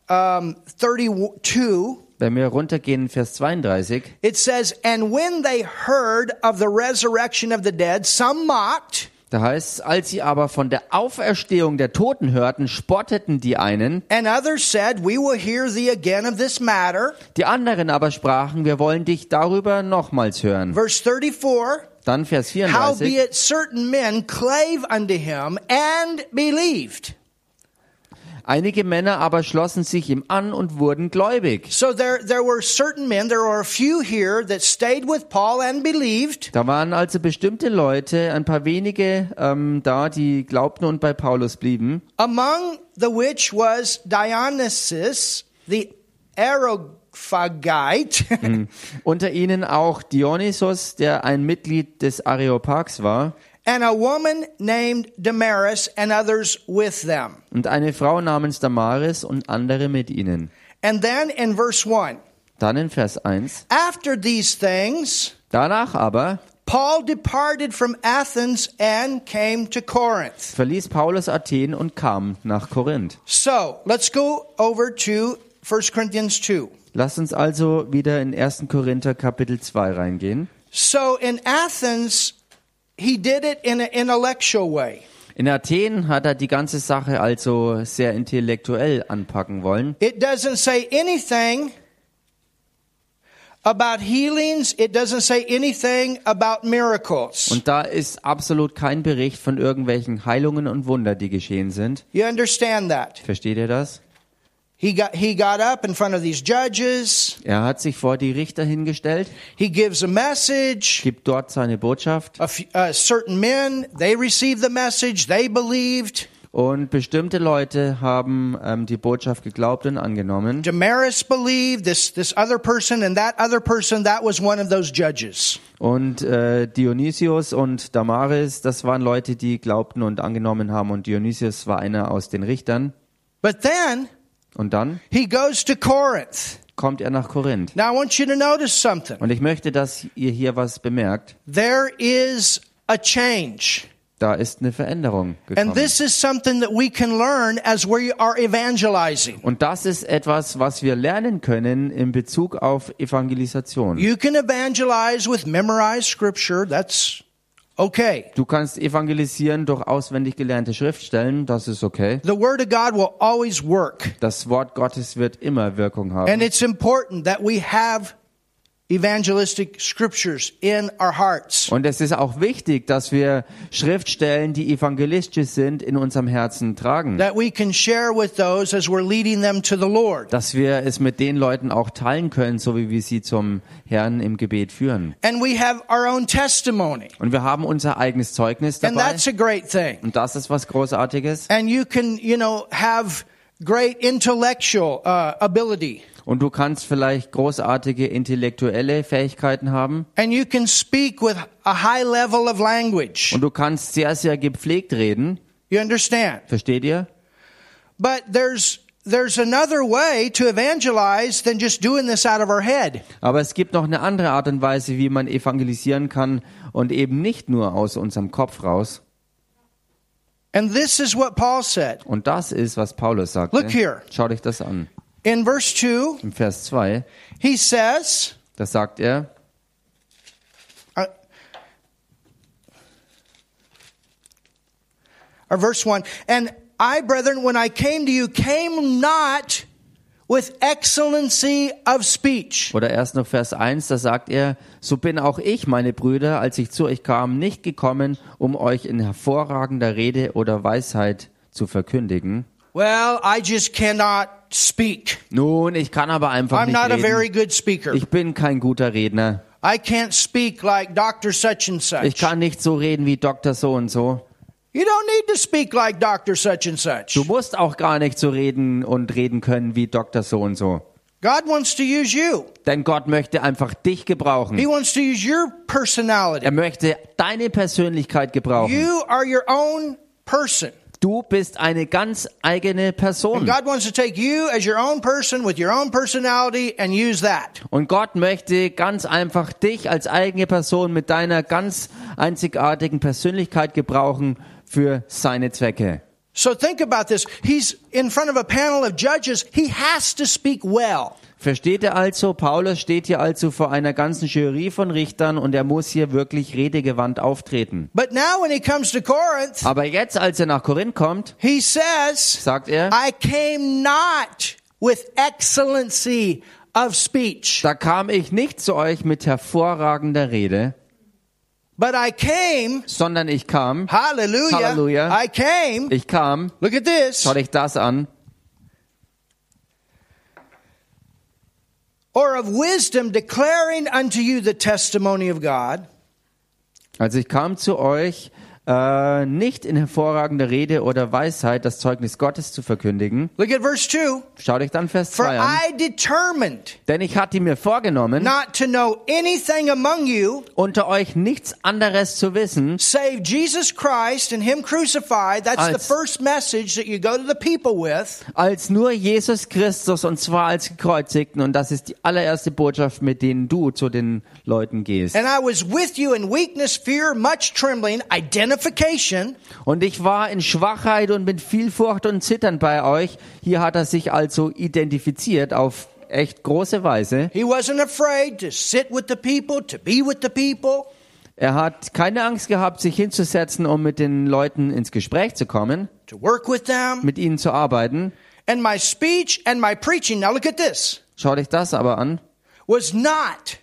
A: um, 32,
B: wenn wir runtergehen, in Vers 32,
A: it says, And when they heard of the resurrection of the dead, some mocked,
B: da heißt es, als sie aber von der Auferstehung der Toten hörten, spotteten die einen,
A: and others said, We will hear thee again of this matter.
B: die anderen aber sprachen, wir wollen dich darüber nochmals hören.
A: Verse 34
B: Dann Vers 34,
A: Howbeit certain men clave unto him and believed.
B: Einige Männer aber schlossen sich ihm an und wurden gläubig.
A: So there, there were certain men, there were a few here that stayed with Paul and believed,
B: Da waren also bestimmte Leute, ein paar wenige ähm, da, die glaubten und bei Paulus blieben.
A: among the which was Dionysus the Areophagite,
B: Unter ihnen auch Dionysos, der ein Mitglied des Areopags war,
A: and a woman named Damaris, and others with them.
B: und eine Frau namens Damaris und andere mit ihnen.
A: And then in verse 1,
B: Dann in Vers 1.
A: after these things,
B: Danach aber
A: Paul departed from Athens and came to Corinth.
B: verließ Paulus Athen und kam nach Korinth.
A: So let's go over to 1 Corinthians 2.
B: Lasst uns also wieder in 1. Korinther Kapitel 2 reingehen.
A: So in Athens, he did it in an intellectual way.
B: In Athen hat er die ganze Sache also sehr intellektuell anpacken wollen.
A: It doesn't say anything about healings, it doesn't say anything about miracles.
B: Und da ist absolut kein Bericht von irgendwelchen Heilungen und Wunder, die geschehen sind.
A: You understand that?
B: Versteht ihr das?
A: He got, he got up in front of these judges,
B: Er hat sich vor die Richter hingestellt,
A: he gives a message.
B: gibt dort seine Botschaft
A: A f- uh, certain men, they received the message, they believed.
B: und bestimmte Leute haben ähm, die Botschaft geglaubt und angenommen.
A: Damaris believed, this, this other person and that other person, that was one of those judges.
B: Und äh, Dionysius und Damaris, das waren Leute, die glaubten und angenommen haben und Dionysius war einer aus den Richtern.
A: But then
B: Und dann
A: he goes to Corinth.
B: kommt er nach Korinth.
A: Now I want you to notice something.
B: Und ich möchte, dass ihr hier was bemerkt.
A: There is a change.
B: Da ist eine Veränderung
A: And
B: gekommen.
A: this is something that we can learn as we are evangelizing.
B: Und das ist etwas, was wir lernen können in Bezug auf Evangelisation.
A: You can evangelize with memorized scripture. That's okay.
B: Du kannst evangelisieren durch auswendig gelernte Schriftstellen, das ist okay.
A: The word of God will always work.
B: Das Wort Gottes wird immer Wirkung
A: And
B: haben.
A: it's important that we have evangelistic scriptures in our hearts.
B: Und es ist auch wichtig, dass wir Schriftstellen, die evangelistisch sind, in unserem Herzen tragen.
A: That we can share with those as we're leading them to the Lord.
B: Dass wir es mit den Leuten auch teilen können, so wie wir sie zum Herrn im Gebet führen.
A: And we have our own testimony.
B: Und wir haben unser eigenes Zeugnis
A: And
B: dabei.
A: that's a great thing.
B: Und das ist was Großartiges.
A: and you can you know have great intellectual uh, ability
B: Und du kannst vielleicht großartige intellektuelle Fähigkeiten haben.
A: and you can speak with a high level of language
B: Und du kannst sehr, sehr gepflegt reden.
A: you understand
B: Versteht ihr?
A: but there's there's another way to evangelize than just doing this out of our head
B: Aber es gibt noch eine andere Art und Weise, wie man evangelisieren kann und eben nicht nur aus unserem Kopf raus.
A: and this is what paul said
B: Und das ist, was Paulus sagt.
A: Look here.
B: Schau dich das an.
A: in verse 2
B: Im Vers 2,
A: he says
B: da sagt er,
A: uh, or verse 1 and i brethren when i came to you came not with excellency of speech
B: oder erst noch Vers 1, da sagt er, so bin auch ich, meine Brüder, als ich zu euch kam, nicht gekommen, um euch in hervorragender Rede oder Weisheit zu verkündigen.
A: well i just cannot speak
B: Nun, ich kann aber einfach
A: i'm
B: nicht
A: not a very
B: reden.
A: good speaker
B: Ich bin kein guter Redner.
A: i can't speak like dr such and
B: Ich
A: such
B: kann nicht so reden wie Dr. So und so.
A: you don't need to speak like dr such and such
B: Du musst auch gar nicht so reden und reden können wie Dr. So und so.
A: god wants to use you
B: Denn Gott möchte einfach dich
A: he
B: gebrauchen.
A: wants to use your personality
B: Er möchte deine Persönlichkeit gebrauchen.
A: you are your own person
B: Du bist eine ganz eigene Person.
A: God wants to take you as your own person with your own personality and use that.
B: Und Gott möchte ganz einfach dich als eigene Person mit deiner ganz einzigartigen Persönlichkeit gebrauchen für seine Zwecke.
A: So think about this. He's in front of a panel of judges. He has to speak well.
B: Versteht ihr also, Paulus steht hier also vor einer ganzen Jury von Richtern und er muss hier wirklich redegewandt auftreten.
A: But now when he comes to Corinth,
B: Aber jetzt, als er nach Korinth kommt,
A: he says,
B: sagt er,
A: I came not with excellency of speech,
B: Da kam ich nicht zu euch mit hervorragender Rede,
A: but I came,
B: sondern ich kam,
A: hallelujah,
B: Hallelujah.
A: I came,
B: ich kam,
A: look at this,
B: schaut euch das an,
A: or of wisdom declaring unto you the testimony of God,
B: Also ich kam zu euch äh, nicht in hervorragender Rede oder Weisheit, das Zeugnis Gottes zu verkündigen.
A: look at verse 2.
B: Schaut euch dann Vers
A: For
B: 2 an.
A: I determined
B: Denn ich hatte mir vorgenommen,
A: not to know anything among you
B: unter euch nichts anderes zu wissen,
A: save Jesus Christ and Him crucified. That's the
B: Als-
A: first message that you go to the people with.
B: als nur Jesus Christus und zwar als Gekreuzigten. Und das ist die allererste Botschaft, mit denen du zu den Leuten gehst.
A: And I was with you in weakness, fear, much trembling, identification,
B: Und ich war in Schwachheit und mit viel Furcht und Zittern bei euch. Hier hat er sich also identifiziert auf echt große Weise.
A: He wasn't afraid to sit with the people, to be with the people.
B: Er hat keine Angst gehabt, sich hinzusetzen, um mit den Leuten ins Gespräch zu kommen,
A: to work with them,
B: mit ihnen zu arbeiten.
A: and my speech and my preaching, now look at this,
B: Schaut euch das aber an.
A: was not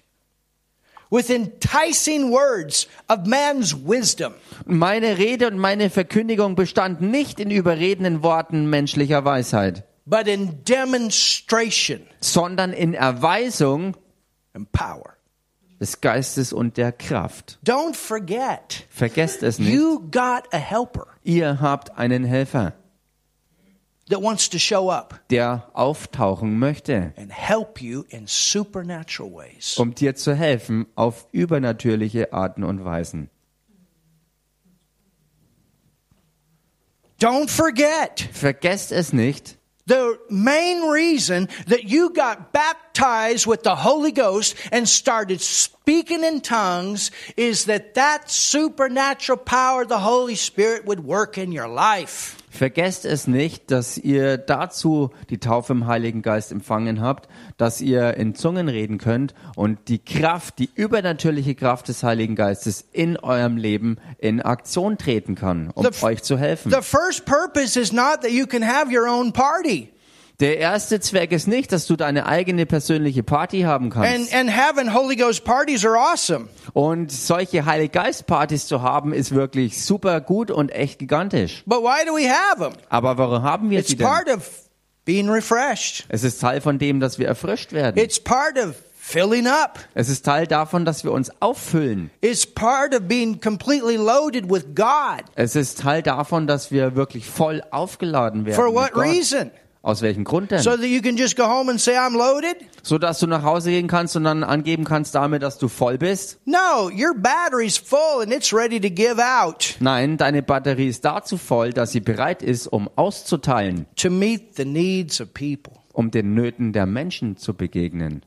A: with enticing words of man's wisdom,
B: Meine Rede und meine Verkündigung bestand nicht in überredenden Worten menschlicher Weisheit,
A: but in demonstration
B: sondern in Erweisung
A: and power.
B: des Geistes und der Kraft.
A: Don't forget,
B: Vergesst es nicht,
A: you got a helper
B: ihr habt einen Helfer,
A: that wants to show up
B: der auftauchen möchte,
A: and help you in supernatural ways.
B: um dir zu helfen auf übernatürliche Arten und Weisen.
A: Don't forget,
B: Vergesst es nicht,
A: the main reason that you got baptized with the Holy Ghost and started speaking in tongues is that that supernatural power of the Holy Spirit would work in your life.
B: Vergesst es nicht, dass ihr dazu die Taufe im Heiligen Geist empfangen habt, dass ihr in Zungen reden könnt und die Kraft, die übernatürliche Kraft des Heiligen Geistes in eurem Leben in Aktion treten kann, um
A: The-
B: euch zu helfen.
A: The first purpose is not that you can have your own party
B: Der erste Zweck ist nicht, dass du deine eigene persönliche Party haben
A: and,
B: kannst.
A: and having Holy Ghost parties are awesome.
B: Und solche Heiliggeist-Partys zu haben, ist wirklich super gut und echt gigantisch.
A: But why do we have them?
B: Aber warum haben wir
A: It's
B: sie denn?
A: part of being refreshed.
B: Es ist Teil von dem, dass wir erfrischt werden.
A: It's part of filling up.
B: Es ist Teil davon, dass wir uns auffüllen.
A: It's part of being completely loaded with God.
B: Es ist Teil davon, dass wir wirklich voll aufgeladen werden.
A: For
B: mit
A: what
B: Gott.
A: reason?
B: Aus welchem Grund denn?
A: so that you can just go home and say, I'm loaded?
B: so dass du nach Hause gehen kannst und dann angeben kannst damit, dass du voll bist?
A: No, your battery's full and it's ready to give out
B: Nein, deine Batterie ist dazu voll, dass sie bereit ist, um auszuteilen,
A: to meet the needs of people.
B: um den Nöten der Menschen zu begegnen.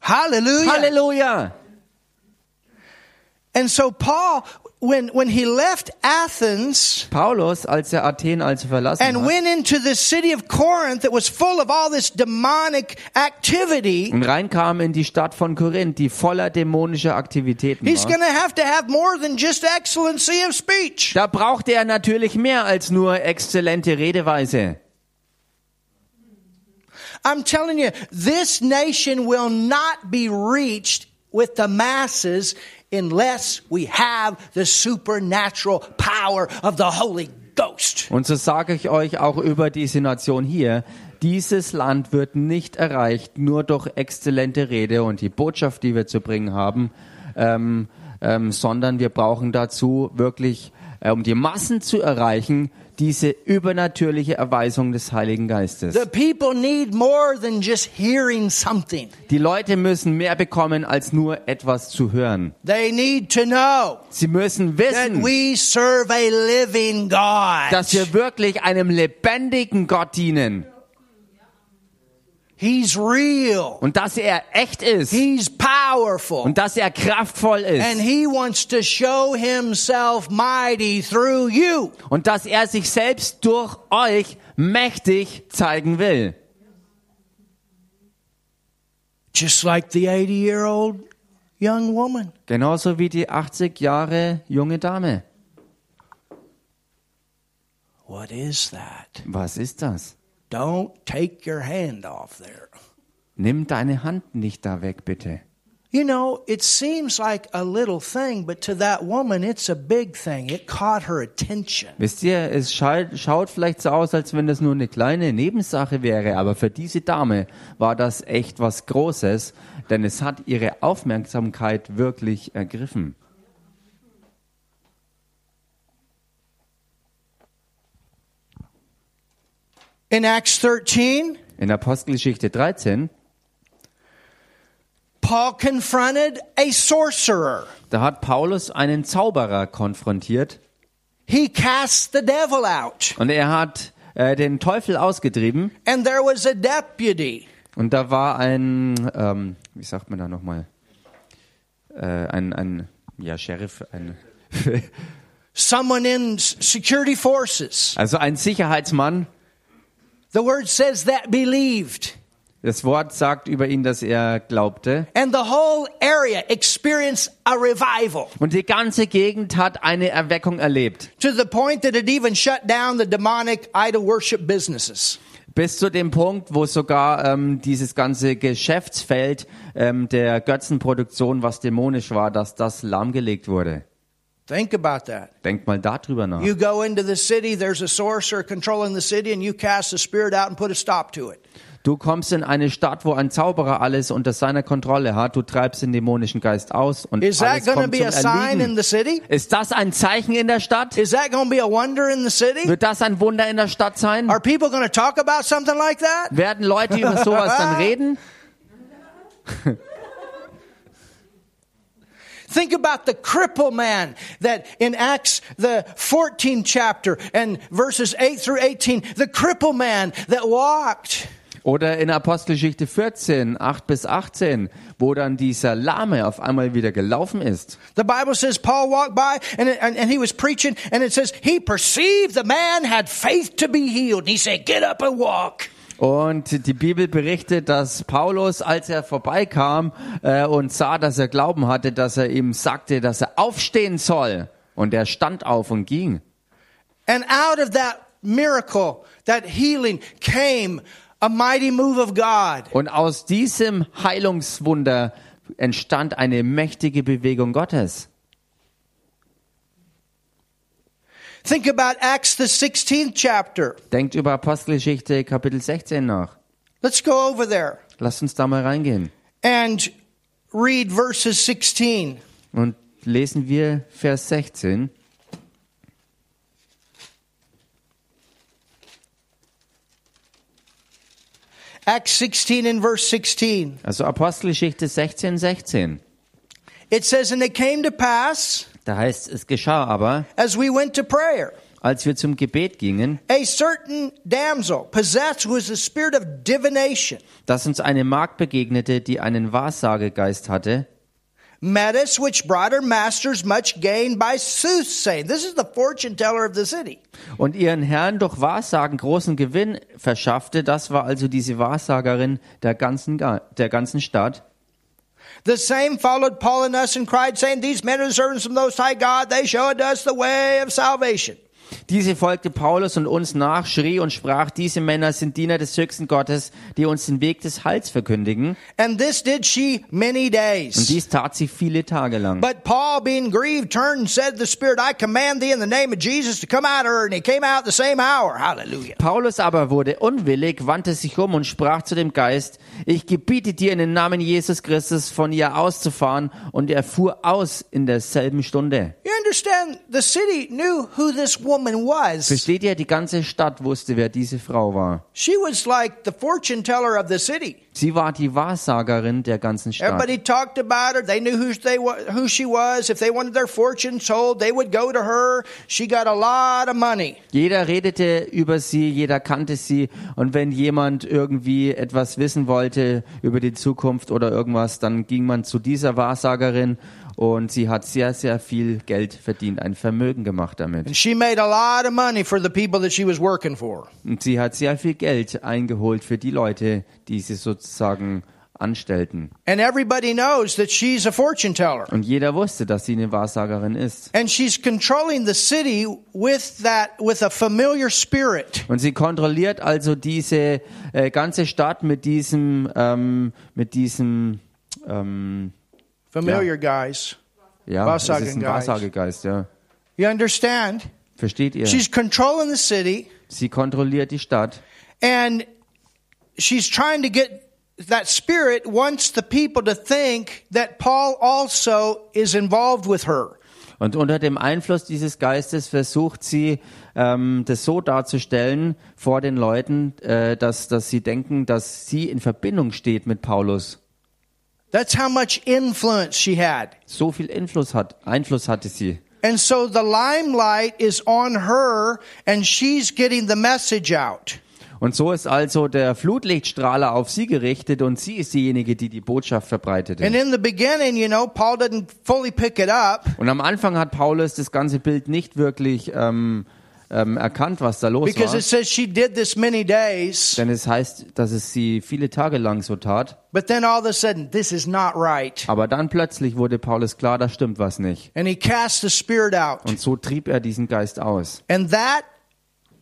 A: Hallelujah.
B: Halleluja!
A: And so Paul, when, when he left Athens
B: Paulus, als er Athen also verlassen
A: and
B: hat
A: went into the city of Corinth that was full of all this demonic activity,
B: und reinkam in die Stadt von Korinth, die voller dämonischer Aktivitäten
A: he's
B: war,
A: going to have to have more than just excellency of speech.
B: da brauchte er natürlich mehr als nur exzellente Redeweise.
A: I'm telling you, this nation will not be reached with the masses unless we have the supernatural power of the Holy Ghost.
B: Und so sage ich euch auch über diese Nation hier, dieses Land wird nicht erreicht, nur durch exzellente Rede und die Botschaft, die wir zu bringen haben, ähm, ähm, sondern wir brauchen dazu wirklich, äh, um die Massen zu erreichen, diese übernatürliche Erweisung des Heiligen Geistes.
A: The people need more than just hearing something.
B: Die Leute müssen mehr bekommen, als nur etwas zu hören.
A: They need to know
B: Sie müssen
A: that
B: wissen,
A: we serve a living God.
B: dass wir wirklich einem lebendigen Gott dienen
A: He's real.
B: und dass er echt ist
A: He's powerful.
B: und dass er kraftvoll ist.
A: And he wants to show himself mighty through you.
B: und dass er sich selbst durch euch mächtig zeigen will.
A: Just like the 80 year old young woman.
B: Genauso wie die 80 Jahre junge Dame.
A: What is that?
B: Was ist das?
A: Don't take your hand off there.
B: Nimm deine Hand nicht da weg, bitte.
A: You know, it seems like a little thing, but to that woman, it's a big thing. It caught her attention.
B: Wisst ihr, es schall- schaut vielleicht so aus, als wenn das nur eine kleine Nebensache wäre, aber für diese Dame war das echt was Großes, denn es hat ihre Aufmerksamkeit wirklich ergriffen.
A: In Acts 13,
B: In Apostelgeschichte 13,
A: Paul confronted a sorcerer.
B: da hat Paulus einen Zauberer konfrontiert
A: He cast the devil out,
B: und er hat äh, den Teufel ausgetrieben
A: and there was a deputy.
B: und da war ein, ähm, wie sagt man da nochmal, äh, ein, ein, ja, Sheriff, ein,
A: someone in s- security forces.
B: also ein Sicherheitsmann,
A: The word says that believed.
B: Das Wort sagt über ihn, dass er glaubte.
A: And the whole area experienced a revival
B: Und die ganze Gegend hat eine Erweckung erlebt.
A: to the point that it even shut down the demonic idol worship businesses.
B: Bis zu dem Punkt, wo sogar ähm, dieses ganze Geschäftsfeld ähm, der Götzenproduktion, was dämonisch war, dass das lahmgelegt wurde.
A: Think about that.
B: Denkt mal darüber nach.
A: You go into the city, there's a sorcerer controlling the city, and you cast the spirit out and put a stop to it.
B: Du kommst in eine Stadt, wo ein Zauberer alles unter seiner Kontrolle hat. Du treibst den dämonischen Geist aus und
A: Is that
B: alles
A: going to
B: kommt
A: be
B: zum
A: a sign in
B: Erliegen.
A: the city?
B: Ist das ein Zeichen in der Stadt?
A: Is that going to be a wonder in the city?
B: Wird das ein Wunder in der Stadt sein?
A: Are people going to talk about something like that?
B: Werden Leute über sowas dann reden?
A: Think about the cripple man that in Acts, the 14th chapter and verses 8 through 18, the cripple man that walked.
B: Oder in Apostelgeschichte 14, 8 bis 18, wo dann dieser Lahme auf einmal wieder gelaufen ist.
A: The Bible says Paul walked by and, and, and he was preaching and it says he perceived the man had faith to be healed. And he said, get up and walk.
B: Und die Bibel berichtet, dass Paulus, als er vorbeikam äh, und sah, dass er Glauben hatte, dass er ihm sagte, dass er aufstehen soll. Und er stand auf und ging.
A: And out of that miracle, that healing came a mighty move of God.
B: Und aus diesem Heilungswunder entstand eine mächtige Bewegung Gottes.
A: Think about Acts, the 16th chapter.
B: Denkt über Apostelgeschichte Kapitel 16 nach.
A: Let's go over there
B: Lasst uns da mal reingehen.
A: and read verses 16.
B: Und lesen wir Vers 16.
A: Acts 16 and verse 16.
B: Also Apostelgeschichte 16, 16.
A: It says, And it came to pass,
B: Da heißt es geschah aber,
A: as we went to prayer,
B: als wir zum Gebet gingen,
A: a certain damsel possessed with the spirit of divination
B: dass uns eine Magd begegnete, die einen Wahrsagegeist hatte,
A: met us, which brought her masters much gain by soothsaying. This is the fortune teller of the city.
B: und ihren Herrn durch Wahrsagen großen Gewinn verschaffte. Das war also diese Wahrsagerin der ganzen, Ga- der ganzen Stadt.
A: The same followed Paul and us and cried, saying, These men are the servants of the Most High God. They show unto us the way of salvation.
B: Diese folgte Paulus und uns nach, schrie und sprach, diese Männer sind Diener des höchsten Gottes, die uns den Weg des Heils verkündigen.
A: And this did she many
B: Und
A: days.
B: dies tat sie viele Tage lang.
A: But Paul, being grieved, turned and said to the Spirit, I command thee in the name of Jesus to come out of her. And he came out the same hour. Hallelujah.
B: Paulus aber wurde unwillig, wandte sich um und sprach zu dem Geist, ich gebiete dir in den Namen Jesus Christus von ihr auszufahren, und er fuhr aus in derselben Stunde.
A: You understand, the city knew who this woman was.
B: Versteht ihr, die ganze Stadt wusste, wer diese Frau war.
A: She was like the fortune teller of the city.
B: Sie war die Wahrsagerin der ganzen Stadt.
A: Everybody talked about her. They knew who, they, wa- who she was. If they wanted their fortune told, they would go to her. She got a lot of money.
B: Jeder redete über sie, jeder kannte sie, und wenn jemand irgendwie etwas wissen wollte über die Zukunft oder irgendwas, dann ging man zu dieser Wahrsagerin, und sie hat sehr, sehr viel Geld verdient, ein Vermögen gemacht damit.
A: And she made a lot of money for the people that she was working for.
B: Und sie hat sehr viel Geld eingeholt für die Leute, die sie sozusagen anstellten.
A: And everybody knows that she's a fortune teller.
B: Und jeder wusste, dass sie eine Wahrsagerin ist.
A: and she's controlling the city with that with a familiar spirit
B: Und sie kontrolliert also diese äh, ganze Stadt mit diesem, ähm, mit diesem, ähm,
A: familiar guys.
B: Ja, es ist ein
A: Wahrsagengeist.
B: Wahrsagegeist, ja.
A: You understand?
B: Versteht ihr?
A: She's controlling the city
B: Sie kontrolliert die Stadt
A: and she's trying to get that spirit wants the people to think that Paul also is involved with her.
B: und unter dem Einfluss dieses Geistes versucht sie, ähm, das so darzustellen vor den Leuten, äh, dass, dass sie denken, dass sie in Verbindung steht mit Paulus.
A: That's how much influence she had.
B: So viel Einfluss, hat, Einfluss hatte sie.
A: And so the limelight is on her and she's getting the message out.
B: Und so ist also der Flutlichtstrahler auf sie gerichtet und sie ist diejenige, die die Botschaft verbreitete.
A: And in the beginning, you know, Paul didn't fully pick it up.
B: Und am Anfang hat Paulus das ganze Bild nicht wirklich ähm, ähm, erkannt, was da los
A: Because
B: war.
A: it says she did this many days,
B: Denn es heißt, dass es sie viele Tage lang so tat.
A: but then all of a sudden, this is not right.
B: Aber dann plötzlich wurde Paulus klar, da stimmt was nicht.
A: And he cast the spirit out.
B: Und so trieb er diesen Geist aus.
A: And that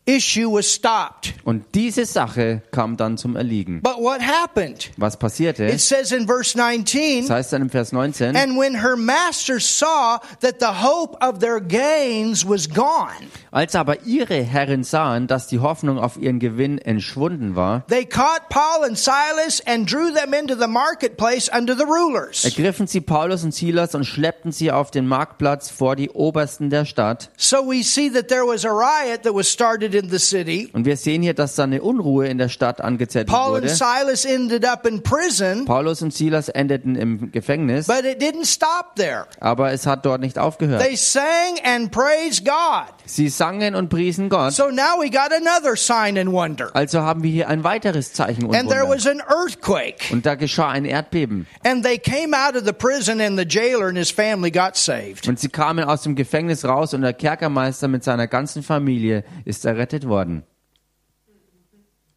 A: issue was stopped.
B: Und diese Sache kam dann zum Erliegen.
A: But what happened?
B: Was passierte?
A: It says in verse 19,
B: Das heißt dann im Vers 19,
A: and when her master saw that the hope of their gains was gone,
B: als aber ihre Herren sahen, dass die Hoffnung auf ihren Gewinn entschwunden war,
A: they caught Paul and Silas and drew them into the marketplace under the rulers.
B: ergriffen sie Paulus und Silas und schleppten sie auf den Marktplatz vor die Obersten der Stadt.
A: So we see that there was a riot that was started in the city.
B: Und wir sehen hier, dass da eine Unruhe in der Stadt angezettelt
A: Paul and
B: wurde.
A: Silas ended up in prison,
B: Paulus und Silas endeten im Gefängnis,
A: but it didn't stop there.
B: aber es hat dort nicht aufgehört.
A: They sang and praised God.
B: Sie sangen und priesen Gott.
A: So now we got another sign and wonder.
B: Also haben wir hier ein weiteres Zeichen und
A: And there
B: Wunder.
A: was an earthquake.
B: Und da geschah ein Erdbeben.
A: And they came out of the prison, and the jailer and his family got saved.
B: Und sie kamen aus dem Gefängnis raus und der Kerkermeister mit seiner ganzen Familie ist errettet worden.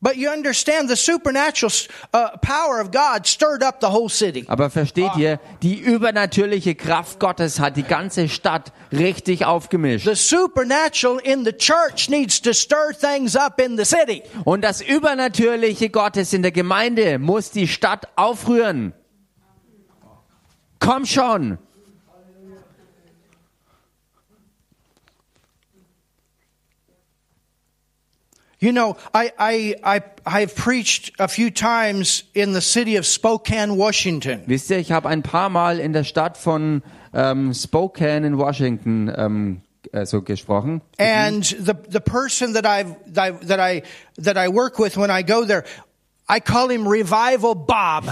A: But you understand the supernatural uh, power of God stirred up the whole city.
B: Aber versteht ihr, die übernatürliche Kraft Gottes hat die ganze Stadt richtig aufgemischt.
A: The supernatural in the church needs to stir things up in the city.
B: Und das Übernatürliche Gottes in der Gemeinde muss die Stadt aufrühren. Komm schon!
A: You know, I, I, I, I've preached a few times in the city of Spokane, Washington.
B: Wisst ihr, ich habe ein paar Mal in der Stadt von ähm, Spokane in Washington ähm, äh, so gesprochen.
A: And the, the person that, I've, that, I, that, I, that I work with when I go there, I call him Revival Bob.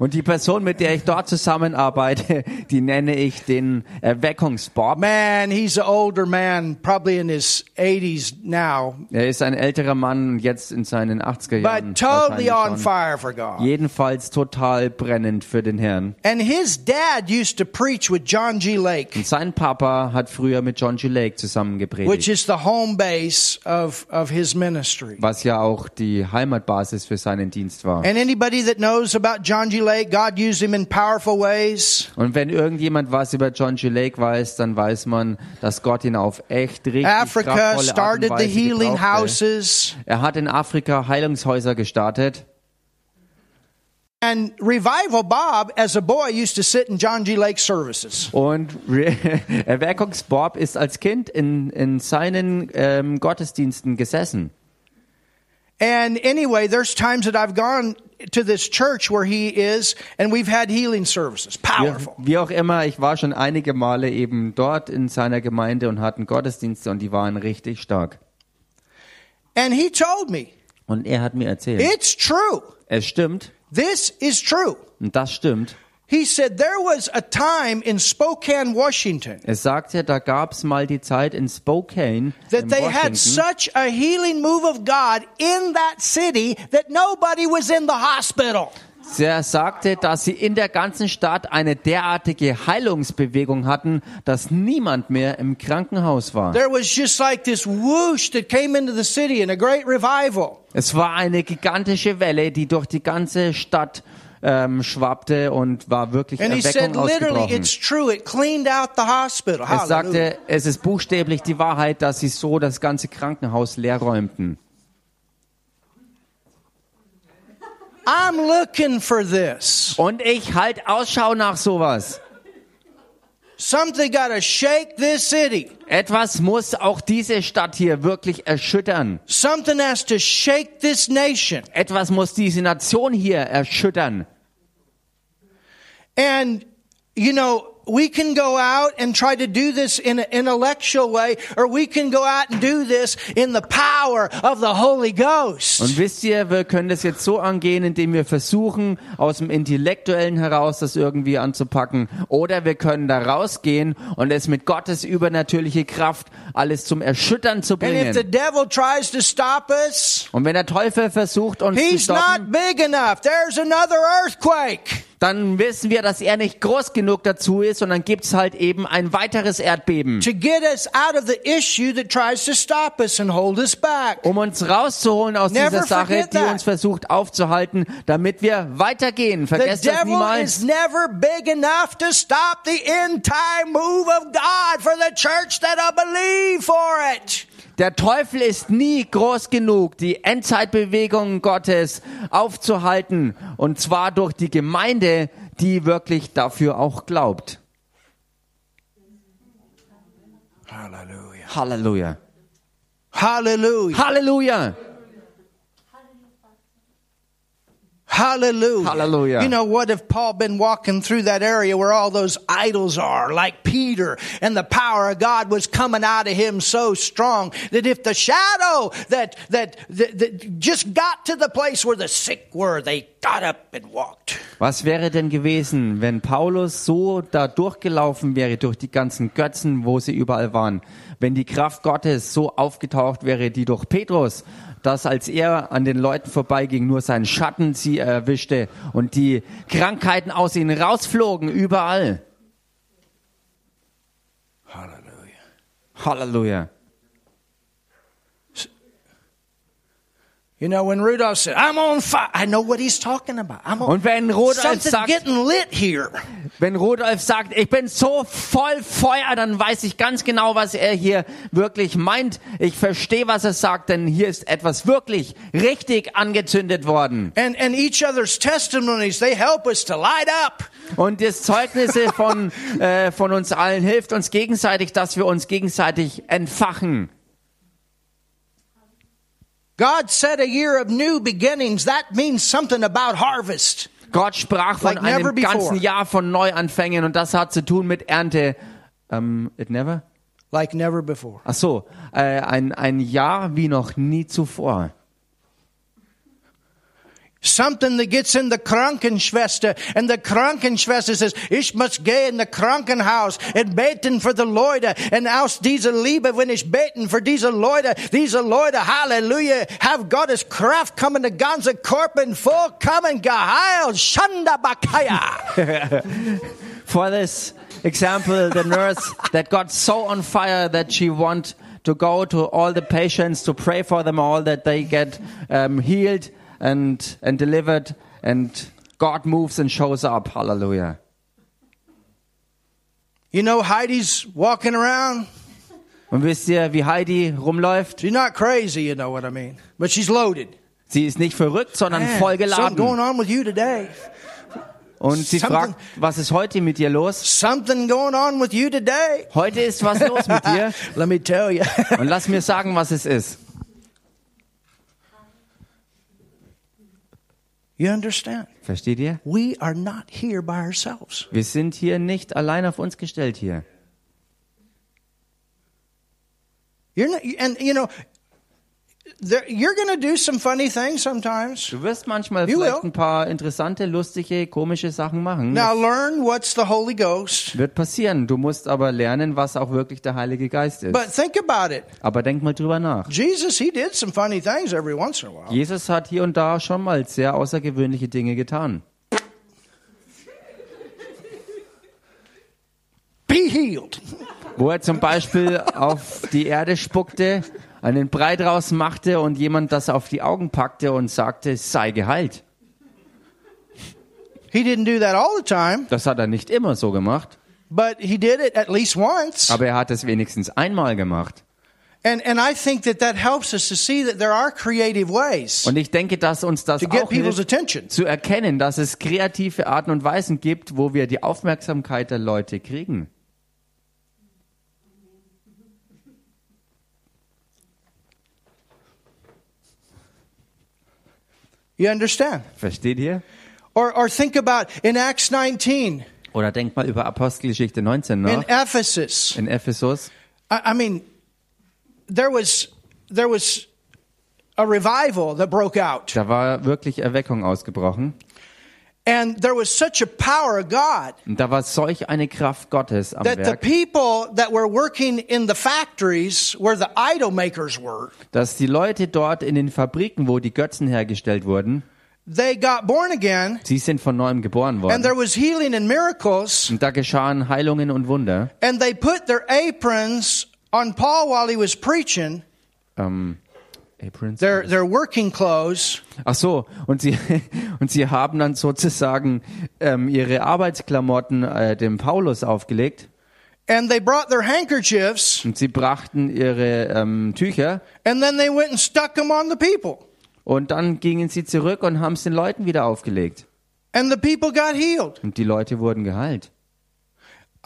B: Und die Person, mit der ich dort zusammenarbeite, die nenne ich den Erweckungsbob.
A: Man, he's an older man, probably in his 80s now,
B: Er ist ein älterer Mann, jetzt in seinen 80er Jahren.
A: but totally on
B: wahrscheinlich schon.
A: fire for God.
B: Jedenfalls total brennend für den Herrn.
A: And his dad used to preach with John G. Lake,
B: Sein Papa hat früher mit John G. Lake zusammen gepredigt.
A: which is the home base of, of his ministry.
B: was ja auch die Heimatbasis für seinen Dienst war.
A: And anybody that knows about John G. Lake, God used him in powerful ways.
B: Und wenn irgendjemand was über John G. Lake weiß, dann weiß man, dass Gott ihn auf echt richtig
A: Africa
B: kraftvolle Art und
A: started the
B: Weise
A: healing
B: gebrauchte.
A: houses.
B: Er hat in Afrika Heilungshäuser gestartet.
A: And Revival Bob, as a boy, used to sit in John G. Lake services.
B: Und Re Erweckungsbob ist als Kind in, in seinen ähm, Gottesdiensten gesessen.
A: And anyway, there's times that I've gone to this church where he is, and we've had healing services.
B: Wie,
A: Powerful.
B: wie auch immer, ich war schon einige Male eben dort in seiner Gemeinde und hatten Gottesdienste und die waren richtig stark.
A: And he told me,
B: Und er hat mir erzählt,
A: it's true.
B: es stimmt
A: This is true.
B: und das stimmt.
A: He said there was a time in Spokane, Washington,
B: Es sagt ja, da gab es mal die Zeit in Spokane,
A: that
B: in
A: they had
B: Washington,
A: such a healing move of God in that city that nobody was in the hospital.
B: der sagte, dass sie in der ganzen Stadt eine derartige Heilungsbewegung hatten, dass niemand mehr im Krankenhaus war.
A: There was just like this whoosh that came into the city and a great revival.
B: Es war eine gigantische Welle, die durch die ganze Stadt ähm, schwappte und war wirklich
A: And he said,
B: Erweckung
A: literally,
B: ausgebrochen.
A: it's true. It cleaned out the hospital.
B: Es
A: Hallelujah.
B: sagte, es ist buchstäblich die Wahrheit, dass sie so das ganze Krankenhaus leer räumten.
A: I'm looking for this.
B: Und ich halt Ausschau nach sowas.
A: Something got to shake this city.
B: Etwas muss auch diese Stadt hier wirklich erschüttern.
A: Something has to shake this nation.
B: Etwas muss diese Nation hier erschüttern.
A: And, you know, we can go out and try to do this in an intellectual way, or we can go out and do this in the power of the Holy Ghost.
B: Und wisst ihr, wir können das jetzt so angehen, indem wir versuchen, aus dem Intellektuellen heraus das irgendwie anzupacken. Oder wir können da rausgehen und es mit Gottes übernatürliche Kraft alles zum Erschüttern zu
A: And if the
B: bringen.
A: devil tries to stop us,
B: Und wenn der Teufel versucht, uns zu
A: he's
B: stoppen,
A: not big enough. There's another earthquake.
B: dann wissen wir, dass er nicht groß genug dazu ist und dann gibt's halt eben ein weiteres Erdbeben.
A: to get us out of the issue that tries to stop us and hold us back.
B: um uns rauszuholen aus
A: Never
B: dieser Sache,
A: forget
B: die
A: that.
B: uns versucht aufzuhalten, damit wir weitergehen.
A: The
B: Vergesst das
A: devil
B: niemals.
A: is never big enough to stop the end time move of God for the church that'll believe for it.
B: Der Teufel ist nie groß genug, die Endzeitbewegung Gottes aufzuhalten. Und zwar durch die Gemeinde, die wirklich dafür auch glaubt.
A: Hallelujah.
B: Halleluja.
A: Hallelujah.
B: Halleluja.
A: Hallelujah.
B: Hallelujah.
A: You know what if Paul been walking through that area where all those idols are like Peter and the power of God was coming out of him so strong that if the shadow that that, that, that just got to the place where the sick were they got up and walked.
B: Was wäre denn gewesen, wenn Paulus so da durchgelaufen wäre durch die ganzen Götzen, wo sie überall waren? Wenn die Kraft Gottes so aufgetaucht wäre, die durch Petrus, dass als er an den Leuten vorbeiging, nur sein Schatten sie erwischte und die Krankheiten aus ihnen rausflogen überall.
A: Hallelujah.
B: Halleluja.
A: You know when Rudolph said, "I'm on fire," I know what he's talking about. I'm on
B: Und wenn Rudolf
A: something's
B: sagt,
A: getting lit here.
B: wenn Rudolf sagt, ich bin so voll Feuer, dann weiß ich ganz genau, was er hier wirklich meint. Ich verstehe, was er sagt, denn hier ist etwas wirklich richtig angezündet worden.
A: And and each other's testimonies they help us to light up.
B: Und das Zeugnisse von, äh, von uns allen hilft uns gegenseitig, dass wir uns gegenseitig entfachen.
A: God said a year of new beginnings. That means something about harvest.
B: Gott sprach von
A: Like never
B: einem
A: before.
B: ganzen Jahr von Neuanfängen und das hat zu tun mit Ernte. Ähm, it never?
A: Like never before.
B: Ach so, äh, ein, ein Jahr wie noch nie zuvor.
A: Something that gets in the Krankenschwester, and the Krankenschwester says, Ich muss gehen in the Krankenhaus and beten for the Leute, and aus diese Liebe, when ich beten for diese Leute, diese Leute, Halleluja, have Gottes Kraft coming to ganze Korpen vollkommen geheilt, Shandabakaya.
B: For this example, the nurse that got so on fire that she want to go to all the patients to pray for them all that they get um, healed and and delivered and God moves and shows up. Hallelujah.
A: you know, Heidi's walking around.
B: Und wisst ihr, wie Heidi rumläuft?
A: She's not crazy, you know what I mean, but she's loaded.
B: Sie ist nicht verrückt, sondern
A: Man, something going
B: vollgeladen.
A: on with you today.
B: Und sie
A: something-
B: fragt, was ist heute mit dir los?
A: Something going on with you today.
B: Heute ist was los mit dir.
A: Let me tell you.
B: Und lass mir sagen, was es ist.
A: you understand?
B: Versteht ihr?
A: We are not here by ourselves.
B: Wir sind hier nicht allein auf uns gestellt hier.
A: You're not, and you know, there, you're going to do some funny things sometimes.
B: Du wirst manchmal
A: You
B: vielleicht
A: will.
B: ein paar interessante, lustige, komische Sachen machen.
A: Now learn what's the Holy Ghost.
B: Wird passieren. Du musst aber lernen, was auch wirklich der Heilige Geist ist.
A: But think about it.
B: Aber denk mal drüber nach.
A: Jesus, he did some funny things every once in a while.
B: Jesus hat hier und da schon mal sehr außergewöhnliche Dinge getan.
A: Be healed.
B: Wo er zum Beispiel auf die Erde spuckte, einen Brei draus machte und jemand das auf die Augen packte und sagte, sei geheilt.
A: He didn't do that all the time,
B: Das hat er nicht immer so gemacht,
A: but he did it at least once.
B: aber er hat es wenigstens einmal gemacht.
A: And and I think that that helps us to see that there are creative ways
B: Und ich denke, dass uns das
A: to get
B: auch
A: people's
B: hilft,
A: attention.
B: zu erkennen, dass es kreative Arten und Weisen gibt, wo wir die Aufmerksamkeit der Leute kriegen.
A: You understand?
B: Versteht ihr?
A: Or, or think about in Acts 19,
B: Oder denkt mal über Apostelgeschichte 19
A: in
B: nach,
A: Ephesus.
B: in Ephesus.
A: I, I mean, there was, there was a revival that broke out.
B: Da war wirklich Erweckung ausgebrochen.
A: And there was such a power of God
B: Und da war solch eine Kraft Gottes am
A: that the
B: Werk,
A: people that were working in the factories where the idol makers were,
B: dass die Leute dort in den Fabriken, wo die Götzen hergestellt wurden,
A: they got born again
B: sie sind von neuem geboren
A: and
B: worden.
A: there was healing and miracles
B: Und da geschahen Heilungen und Wunder.
A: and they put their aprons on Paul while he was preaching,
B: Ähm, Aprons.
A: their, their working clothes,
B: Ach so, und sie, und sie haben dann sozusagen ähm, ihre Arbeitsklamotten äh, dem Paulus aufgelegt
A: and they brought their handkerchiefs
B: und sie brachten ihre ähm, Tücher
A: and then they went and stuck them on the people.
B: und dann gingen sie zurück und haben es den Leuten wieder aufgelegt.
A: And the people got healed.
B: Und die Leute wurden geheilt.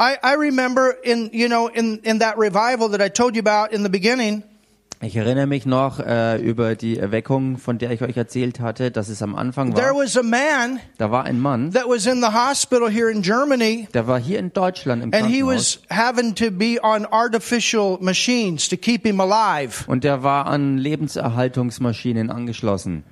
A: I, I remember in you know in, in that revival that I told you about in the beginning,
B: Ich erinnere mich noch äh, über die Erweckung, von der ich euch erzählt hatte, dass es am Anfang
A: there
B: war.
A: was a man
B: Da war ein Mann,
A: that was in the hospital here in Germany,
B: der war hier in Deutschland im
A: and he
B: Krankenhaus
A: was having to be on artificial machines to keep him alive.
B: und der war an Lebenserhaltungsmaschinen angeschlossen.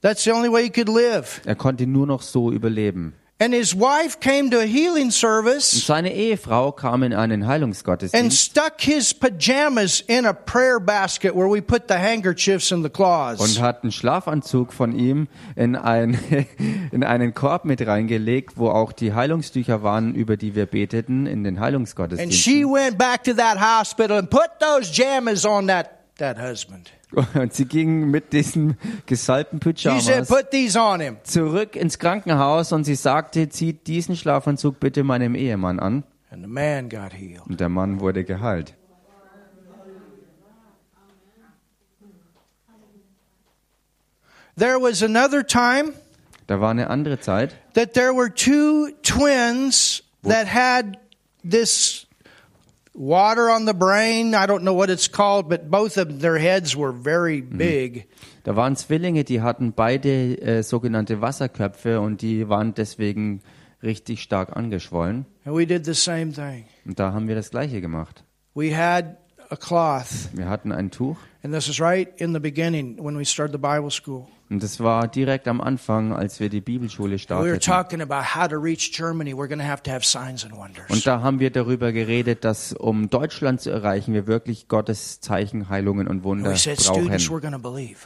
A: That's the only way he could live.
B: Er konnte nur noch so überleben.
A: And his wife came to a healing
B: Und
A: service
B: seine Ehefrau kam in einen
A: and
B: Heilungsgottesdienst
A: stuck his pajamas in a prayer basket where we put the handkerchiefs and the
B: und
A: cloths.
B: hat einen Schlafanzug von ihm in, ein, in einen Korb mit reingelegt, wo auch die Heilungstücher waren, über die wir beteten in den
A: And
B: Heilungsgottesdienst.
A: she went back to that hospital and put those jammers on that, that husband.
B: Und sie ging mit diesen gesalbten
A: She said,
B: Pyjamas
A: put these on him.
B: zurück ins Krankenhaus und sie sagte, zieht diesen Schlafanzug bitte meinem Ehemann an.
A: And the man got healed.
B: Und der Mann wurde geheilt.
A: There was another time
B: Da war eine andere Zeit.
A: that there were two twins that had this water on the brain. I don't know what it's called, but both of their heads were very big.
B: Da waren Zwillinge, die hatten beide äh, sogenannte Wasserköpfe und die waren deswegen richtig stark angeschwollen.
A: And we did the same thing.
B: Und da haben wir das Gleiche gemacht.
A: We had a cloth,
B: Wir hatten ein Tuch
A: and this is right in the beginning when we started the Bible school.
B: und das war direkt am Anfang, als wir die Bibelschule
A: We were
B: starteten.
A: talking about how to reach Germany. We're going to have to have signs and wonders.
B: Und da haben wir darüber geredet, dass um Deutschland zu erreichen, wir wirklich Gottes Zeichen, Heilungen und Wunder
A: we said, students,
B: brauchen.
A: we're going to believe.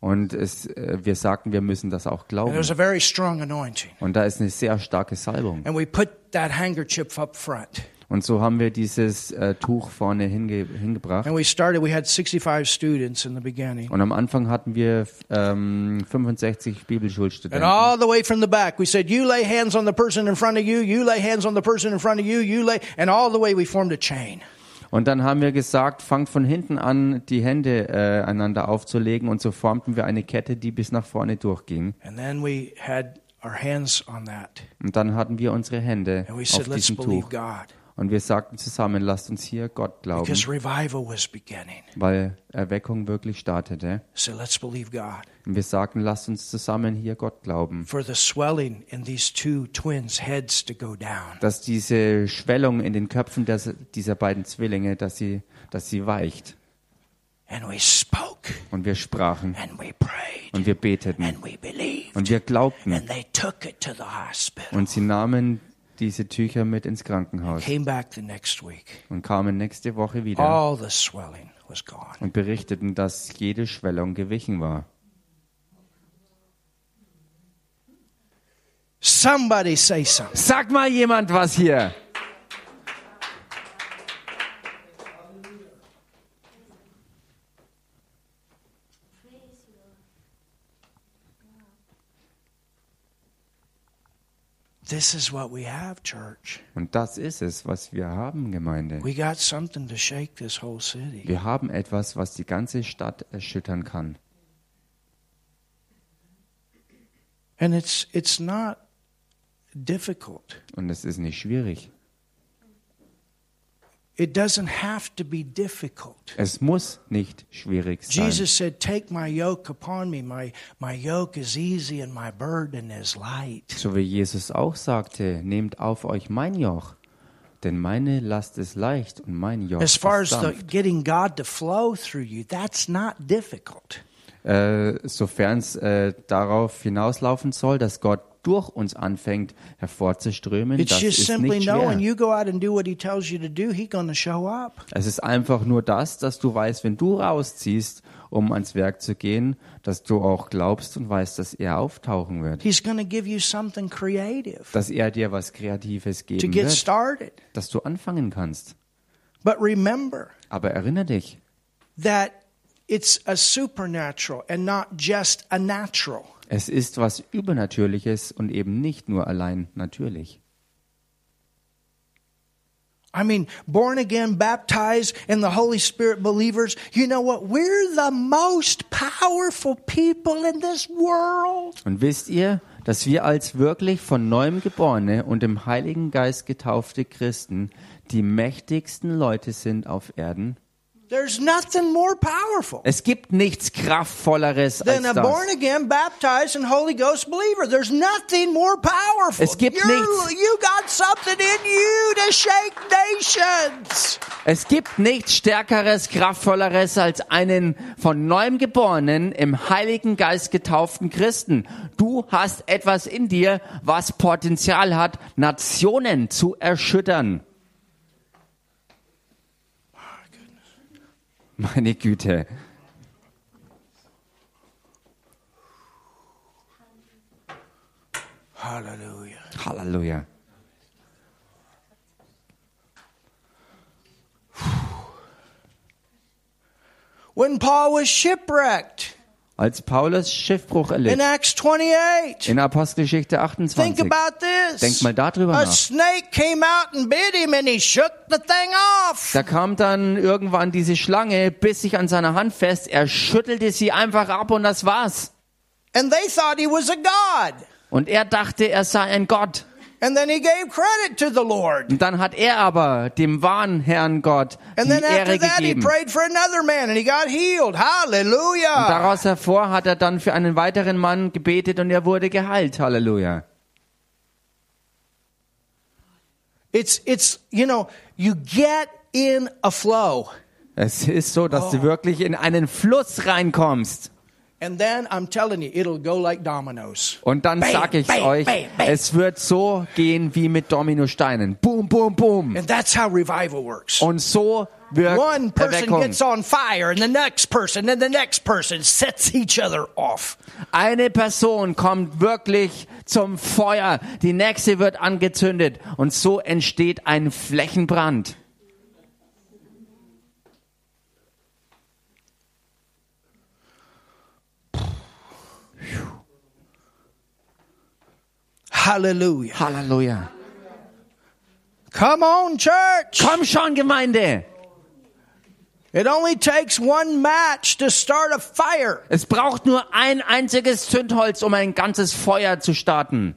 B: Und es, äh, wir sagten, wir müssen das auch
A: And
B: glauben.
A: there's a very strong anointing.
B: Und da ist eine sehr starke Salbung.
A: And we put that handkerchief up front.
B: Und so haben wir dieses äh, Tuch vorne hinge hingebracht.
A: And we started, we had 65 students in the beginning.
B: Und am Anfang hatten wir ähm, 65
A: And
B: Bibelschulstudenten.
A: all the way from the back, we said, You lay hands on the person in front of you, you lay hands on the person in front of you, you lay, and all the way we formed a chain.
B: Und dann haben wir gesagt, fangt von hinten an, die Hände äh, einander aufzulegen. Und so formten wir eine Kette, die bis nach vorne durchging.
A: And then we had our hands on that.
B: Und dann hatten wir unsere Hände
A: And we
B: auf
A: said, Let's
B: diesem
A: believe
B: Tuch.
A: God.
B: Und wir sagten zusammen, lasst uns hier Gott glauben,
A: Because revival was beginning.
B: weil Erweckung wirklich startete.
A: So let's believe God
B: Und wir sagten, lasst uns zusammen hier Gott glauben,
A: for the swelling in these two twins' heads to go down.
B: dass diese Schwellung in den Köpfen des, dieser beiden Zwillinge, dass sie, dass sie weicht.
A: And we spoke,
B: Und wir sprachen
A: and we prayed,
B: und wir beteten.
A: and we believed.
B: Und wir glaubten.
A: And they took it to the hospital.
B: Und sie nahmen diese Tücher mit ins Krankenhaus
A: Came back the next week.
B: und kamen nächste Woche wieder
A: All the swelling was gone.
B: und berichteten, dass jede Schwellung gewichen war.
A: Somebody say something.
B: Sag mal jemand was hier!
A: This is what we have, church.
B: Und das ist es, was wir haben, Gemeinde.
A: We got something to shake this whole city.
B: Wir haben etwas, was die ganze Stadt erschüttern kann.
A: And it's it's not difficult.
B: Und es ist nicht schwierig.
A: It doesn't have to be difficult.
B: Es muss nicht schwierig sein.
A: Jesus said, Take my yoke upon me. My, my yoke is easy and my burden is light.
B: So wie Jesus auch sagte, nehmt auf euch mein Joch, denn meine Last ist leicht und mein Joch
A: As far
B: ist
A: as the,
B: sanft.
A: getting God to flow through you, that's not difficult.
B: Äh, Sofern es äh, darauf hinauslaufen soll, dass Gott durch uns anfängt hervorzuströmen,
A: It's
B: das
A: just
B: ist
A: simply
B: nicht
A: knowing
B: schwer.
A: you go out and do what He tells you to do, He's going to show up.
B: Es ist einfach nur das, dass du weißt, wenn du rausziehst, um ans Werk zu gehen, dass du auch glaubst und weißt, dass er auftauchen wird,
A: He's going to give you something creative
B: dass er dir was Kreatives
A: to
B: geben
A: get
B: wird,
A: started.
B: dass du anfangen kannst.
A: But remember
B: Aber erinnere dich,
A: that it's a supernatural and not just a natural.
B: Es ist was Übernatürliches und eben nicht nur allein natürlich.
A: I mean, born again, baptized in the Holy Spirit believers, you know what? We're the most powerful people in this world.
B: Und wisst ihr, dass wir als wirklich von neuem Geborene und im Heiligen Geist getaufte Christen die mächtigsten Leute sind auf Erden?
A: There's nothing more powerful
B: Es gibt nichts Kraftvolleres als
A: than a born
B: das.
A: again, baptized and Holy Ghost believer. There's nothing more powerful.
B: Es gibt
A: You're-
B: nichts.
A: You got something in you to shake nations.
B: Es gibt nichts Stärkeres, Kraftvolleres als einen von neuem Geborenen, im Heiligen Geist getauften Christen. Du hast etwas in dir, was Potenzial hat, Nationen zu erschüttern. Meine Güte.
A: Hallelujah.
B: Halleluja.
A: When Paul was shipwrecked
B: Als Paulus Schiffbruch
A: in
B: erlitt,
A: Acts 28,
B: in Apostelgeschichte
A: Think
B: 28,
A: about this.
B: Denk mal darüber
A: A
B: nach.
A: snake came out and bit him and he shook the thing off.
B: da kam dann irgendwann diese Schlange, biss sich an seiner Hand fest, er schüttelte sie einfach ab und das war's.
A: And they thought he was a god.
B: Und er dachte, er sei ein Gott.
A: And then he gave credit to the Lord.
B: Und dann hat er aber dem wahren Herrn Gott die
A: And then
B: Ehre
A: after that he
B: gegeben. Und
A: prayed for another man and he got healed. Hallelujah.
B: daraus hervor hat er dann für einen weiteren Mann gebetet und er wurde geheilt. Halleluja.
A: It's it's you know, you get in a flow.
B: Es ist so, dass
A: Oh.
B: du wirklich in einen Fluss reinkommst.
A: And then I'm telling you, it'll go like dominoes.
B: Und dann
A: Bam,
B: sage ich
A: bam,
B: euch,
A: bam, bam.
B: es wird so gehen wie mit Dominosteinen. Boom, boom, boom.
A: And that's how revival works.
B: Und so
A: One
B: wirkt
A: person
B: Erweckung.
A: gets on fire and the next person and the next person sets each other off.
B: Eine Person kommt wirklich zum Feuer, die nächste wird angezündet und so entsteht ein Flächenbrand.
A: Hallelujah.
B: Halleluja.
A: Come on, church.
B: Komm schon, Gemeinde.
A: It only takes one match to start a fire.
B: Es braucht nur ein einziges Zündholz, um ein ganzes Feuer zu starten.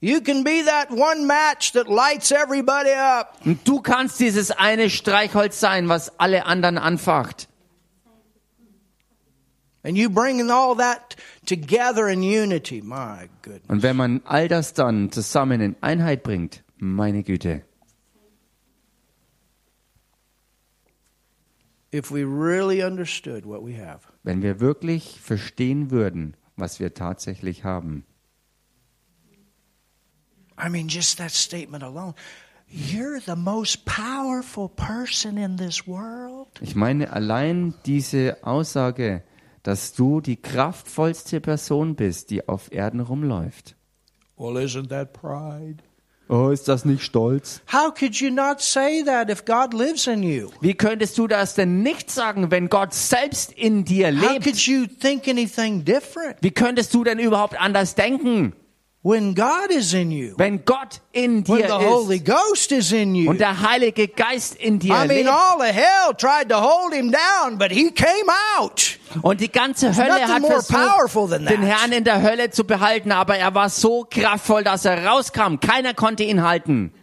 A: You can be that one match that lights everybody up.
B: Und du kannst dieses eine Streichholz sein, was alle anderen anfacht.
A: And you bringing all that together in unity. My goodness.
B: Und wenn man all das dann zusammen in Einheit bringt, meine Güte.
A: If we really understood what we have,
B: Wenn wir wirklich verstehen würden, was wir tatsächlich haben.
A: I mean, just that statement alone. You're the most powerful person in this world.
B: Ich meine, allein diese Aussage, dass du die kraftvollste Person bist, die auf Erden rumläuft.
A: Well, isn't that pride?
B: Oh, ist das nicht stolz?
A: How could you not say that if God lives in you?
B: Wie könntest du das denn nicht sagen, wenn Gott selbst in dir
A: How
B: lebt?
A: could you think anything different?
B: Wie könntest du denn überhaupt anders denken,
A: When God is in you,
B: wenn Gott in
A: when
B: dir
A: the Holy
B: ist
A: Ghost is in you.
B: und der Heilige Geist in dir
A: I mean,
B: lebt
A: all of hell tried to hold him down, but he came out.
B: und die ganze Hölle
A: nothing
B: hat
A: more powerful
B: versucht,
A: than that.
B: den Herrn in der Hölle zu behalten, aber er war so kraftvoll, dass er rauskam. Keiner konnte ihn halten.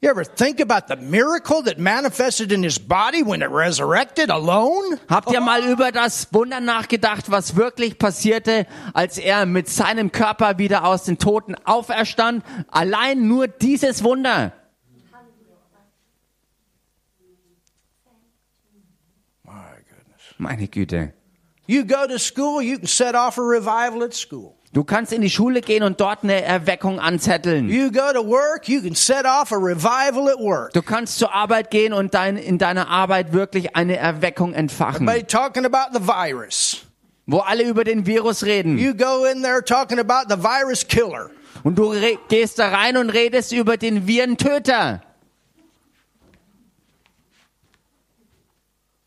A: You ever think about the miracle that manifested in his body when it resurrected alone?
B: Habt ihr mal über das Wunder nachgedacht, was wirklich passierte, als er mit seinem Körper wieder aus den Toten auferstand? Allein nur dieses Wunder.
A: My goodness.
B: Meine Güte.
A: You go to school, you can set off a revival at school.
B: Du kannst in die Schule gehen und dort eine Erweckung anzetteln.
A: You go to work, you can set off a revival at work.
B: Du kannst zur Arbeit gehen und dein, in deiner Arbeit wirklich eine Erweckung entfachen.
A: Everybody talking about the virus.
B: Wo alle über den Virus reden.
A: You go in there talking about the virus killer.
B: Und du re- gehst da rein und redest über den Virentöter.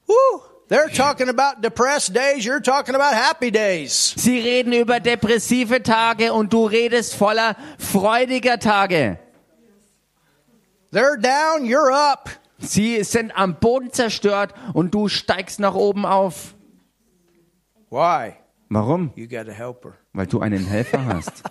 A: Woo! They're talking about depressed days, you're talking about happy days.
B: Sie reden über depressive Tage und du redest voller freudiger Tage.
A: They're down, you're up.
B: Sie sind am Boden zerstört und du steigst nach oben auf.
A: Why?
B: Warum?
A: You got a helper.
B: Weil du einen Helfer hast.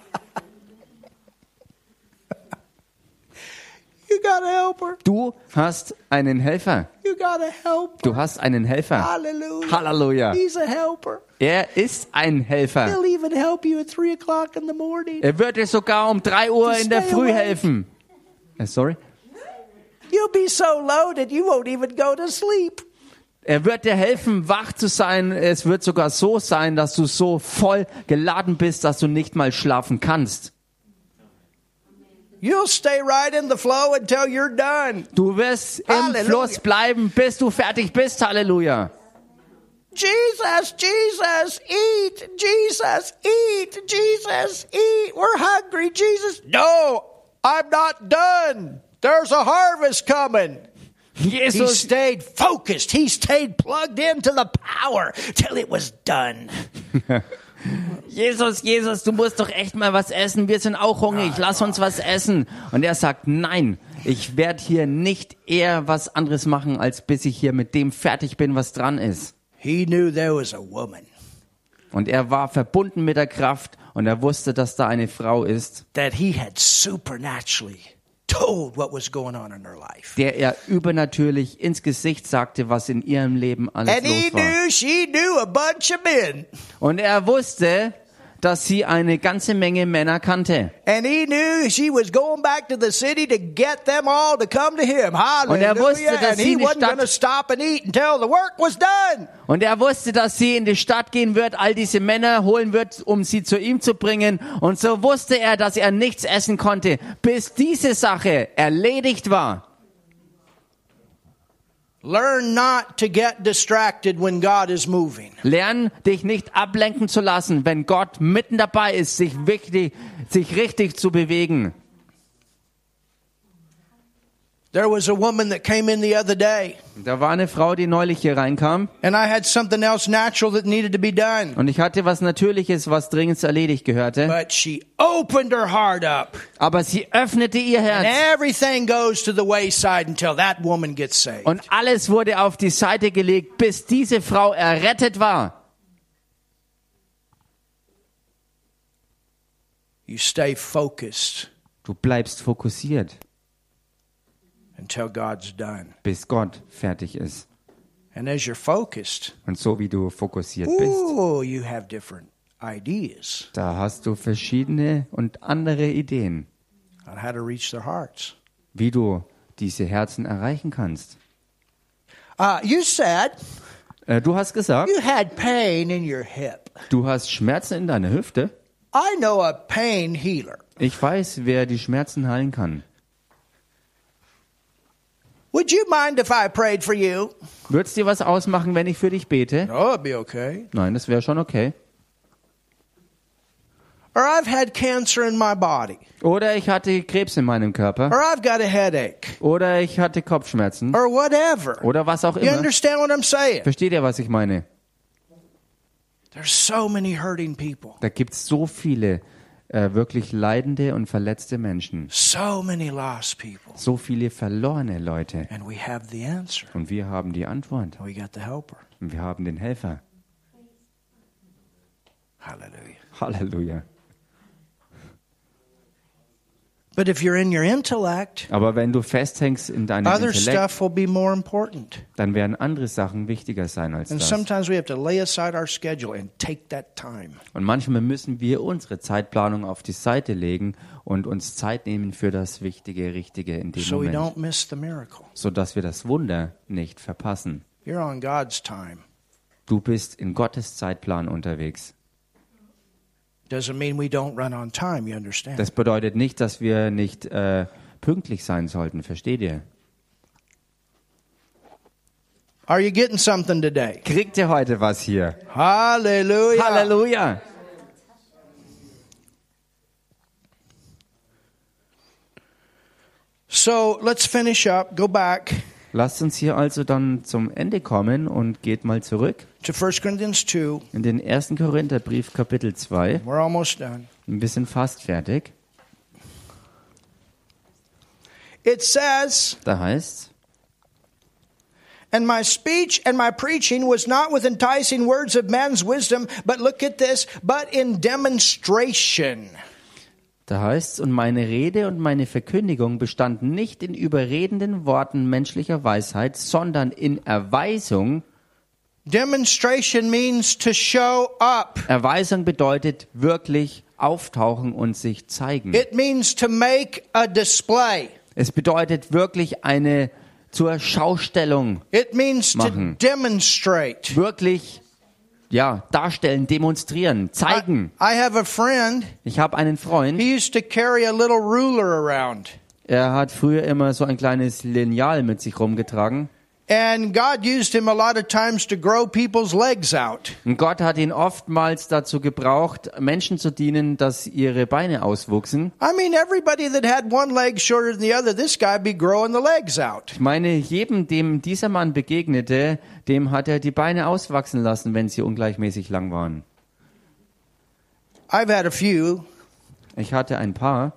A: You got a helper.
B: Du hast einen Helfer.
A: You got a helper.
B: Du hast einen Helfer.
A: Hallelujah.
B: Halleluja.
A: He's a helper.
B: Er ist ein Helfer.
A: He'll even help you at three o'clock in the morning.
B: Er wird dir sogar um 3 Uhr in der
A: Stay
B: Früh
A: awake.
B: helfen. Äh, sorry?
A: You'll be so loaded you won't even go to sleep.
B: Er wird dir helfen, wach zu sein. Es wird sogar so sein, dass du so voll geladen bist, dass du nicht mal schlafen kannst.
A: You'll stay right in the flow until you're done.
B: Du wirst
A: Halleluja.
B: im Fluss bleiben, bis du fertig bist. Halleluja.
A: Jesus, Jesus, eat. Jesus, eat. Jesus, eat. We're hungry. Jesus, no, I'm not done. There's a harvest coming. He
B: Jesus,
A: stayed focused. He stayed plugged into the power till it was done.
B: Jesus, Jesus, du musst doch echt mal was essen. Wir sind auch hungrig. Lass uns was essen. Und er sagt, nein, ich werde hier nicht eher was anderes machen, als bis ich hier mit dem fertig bin, was dran ist.
A: He knew there was a woman
B: Und er war verbunden mit der Kraft und er wusste, dass da eine Frau ist,
A: that he had supernaturally told what was going on in her life.
B: der er übernatürlich ins Gesicht sagte, was in ihrem Leben alles
A: And he
B: los war.
A: knew she knew a bunch of men.
B: Und er wusste, dass sie eine ganze Menge Männer kannte.
A: And he knew she was going back to the city to get them all to come to him. Hallelujah.
B: er wusste, dass
A: and he
B: sie die
A: wasn't
B: Stadt-
A: going to stop and eat until the work was done.
B: Und er wusste, dass sie in die Stadt gehen wird, all diese Männer holen wird, um sie zu ihm zu bringen. Und so wusste er, dass er nichts essen konnte, bis diese Sache erledigt war.
A: Learn not to get distracted when God is moving.
B: Lern, dich nicht ablenken zu lassen, wenn Gott mitten dabei ist, sich, wichtig, sich richtig zu bewegen.
A: There was a woman that came in the other day,
B: Da war eine Frau, die neulich hier reinkam
A: and I had something else natural that needed to be done.
B: und ich hatte was Natürliches, was dringend erledigt gehörte.
A: But she opened her heart up.
B: Aber sie öffnete ihr
A: And
B: Herz
A: everything goes to the wayside until that woman gets saved.
B: und alles wurde auf die Seite gelegt, bis diese Frau errettet war.
A: You stay focused
B: Du bleibst fokussiert.
A: until God's done.
B: bis Gott fertig ist.
A: And as you're focused,
B: Und so wie du fokussiert
A: Uh.
B: bist,
A: Ooh, you have different ideas
B: da hast du verschiedene und andere Ideen,
A: on how to reach their hearts.
B: wie du diese Herzen erreichen kannst.
A: Uh, you said
B: Äh, du hast gesagt,
A: you had pain in your hip.
B: du hast Schmerzen in deiner Hüfte.
A: I know a pain healer.
B: Ich weiß, wer die Schmerzen heilen kann.
A: Would you mind if I prayed for you?
B: Würd's dir was ausmachen, wenn ich für dich bete?
A: No, Oh, it'd be okay.
B: Nein, das wäre schon okay.
A: Or I've had cancer in my body.
B: Oder ich hatte Krebs in meinem Körper.
A: Or I've got a headache.
B: Oder ich hatte Kopfschmerzen.
A: Or whatever.
B: Oder was auch
A: You
B: immer.
A: understand what I'm saying?
B: Versteht ihr, was ich meine?
A: There's so many hurting people.
B: Da gibt's so viele äh, wirklich leidende und verletzte Menschen.
A: So many lost people.
B: so viele verlorene Leute.
A: And we have the answer.
B: Und wir haben die Antwort.
A: We got the helper.
B: Und wir haben den Helfer.
A: Hallelujah.
B: Halleluja.
A: But if you're in your intellect,
B: Aber wenn du festhängst in deinem
A: other
B: Intellekt,
A: stuff will be more important.
B: dann werden andere Sachen wichtiger sein als
A: And
B: das.
A: sometimes we have to lay aside our schedule and take that time.
B: Und manchmal müssen wir unsere Zeitplanung auf die Seite legen und uns Zeit nehmen für das Wichtige, Richtige in dem
A: so we
B: Moment,
A: don't miss the miracle.
B: sodass wir das Wunder nicht verpassen.
A: You're on God's time.
B: Du bist in Gottes Zeitplan unterwegs.
A: Doesn't mean we don't run on time, you understand?
B: Das bedeutet nicht, dass wir nicht äh, pünktlich sein sollten, versteht ihr?
A: Are you getting something today?
B: Kriegt ihr heute was hier?
A: Hallelujah.
B: Halleluja!
A: So let's finish up. Go back
B: Lasst uns hier also dann zum Ende kommen und geht mal zurück
A: to 1 Corinthians 2.
B: in den 1. Korintherbrief Kapitel 2.
A: We're almost done.
B: Ein bisschen fast fertig.
A: It says,
B: Da heißt
A: And my speech and my preaching was not with enticing words of man's wisdom, but look at this, but in demonstration.
B: Da heißt's, und meine Rede und meine Verkündigung bestand nicht in überredenden Worten menschlicher Weisheit, sondern in Erweisung.
A: Demonstration means to show up.
B: Erweisung bedeutet wirklich auftauchen und sich zeigen.
A: It means to make a display.
B: Es bedeutet wirklich eine zur Schaustellung,
A: It means to
B: Machen.
A: demonstrate.
B: wirklich ja, darstellen, demonstrieren,
A: I,
B: zeigen.
A: I have a friend.
B: Ich habe einen Freund,
A: He used to carry a little ruler around.
B: er hat früher immer so ein kleines Lineal mit sich rumgetragen.
A: And God used him a lot of times to grow people's legs out.
B: Und Gott hat ihn oftmals dazu gebraucht, Menschen zu dienen, dass ihre Beine auswuchsen.
A: I mean, everybody that had one leg shorter than the other, this guy be growing the legs out.
B: Ich meine, jedem, dem dieser Mann begegnete, dem hat er die Beine auswachsen lassen, wenn sie ungleichmäßig lang waren.
A: I've had a few,
B: Ich hatte ein paar,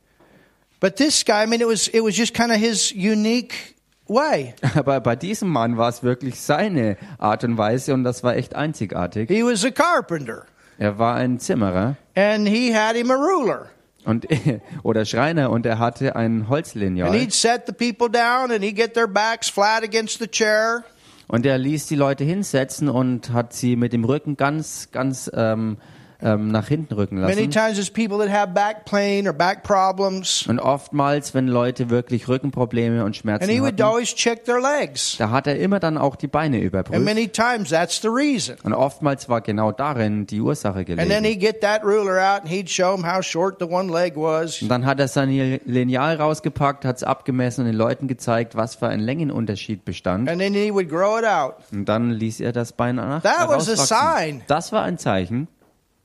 A: but this guy, I mean, it was, it was just kind of his unique way.
B: aber bei diesem Mann war es wirklich seine Art und Weise und das war echt einzigartig.
A: He was a carpenter
B: Er war ein Zimmerer
A: and he had him a ruler.
B: und oder Schreiner und er hatte einen
A: And
B: Holzlineal
A: he'd set the people down and he'd get their backs flat against the chair.
B: und er ließ die Leute hinsetzen und hat sie mit dem Rücken ganz, ganz ähm, ähm, nach hinten rücken
A: Many
B: lassen.
A: times it's people that have back pain or back problems.
B: Und oftmals, wenn Leute wirklich Rückenprobleme und Schmerzen
A: And he would
B: hatten,
A: always check their legs.
B: da hat er immer dann auch die Beine
A: And
B: überprüft.
A: many times that's the reason.
B: Und oftmals war genau darin die Ursache
A: And then
B: gelegen.
A: he'd get that ruler out and he'd show them how short the one leg was.
B: Und dann hat er sein Lineal rausgepackt, hat es abgemessen und den Leuten gezeigt, was für ein Längenunterschied bestand.
A: And then he would grow it out.
B: Und dann ließ er das Bein nach
A: That was a sign.
B: herauswachsen. Das war ein Zeichen.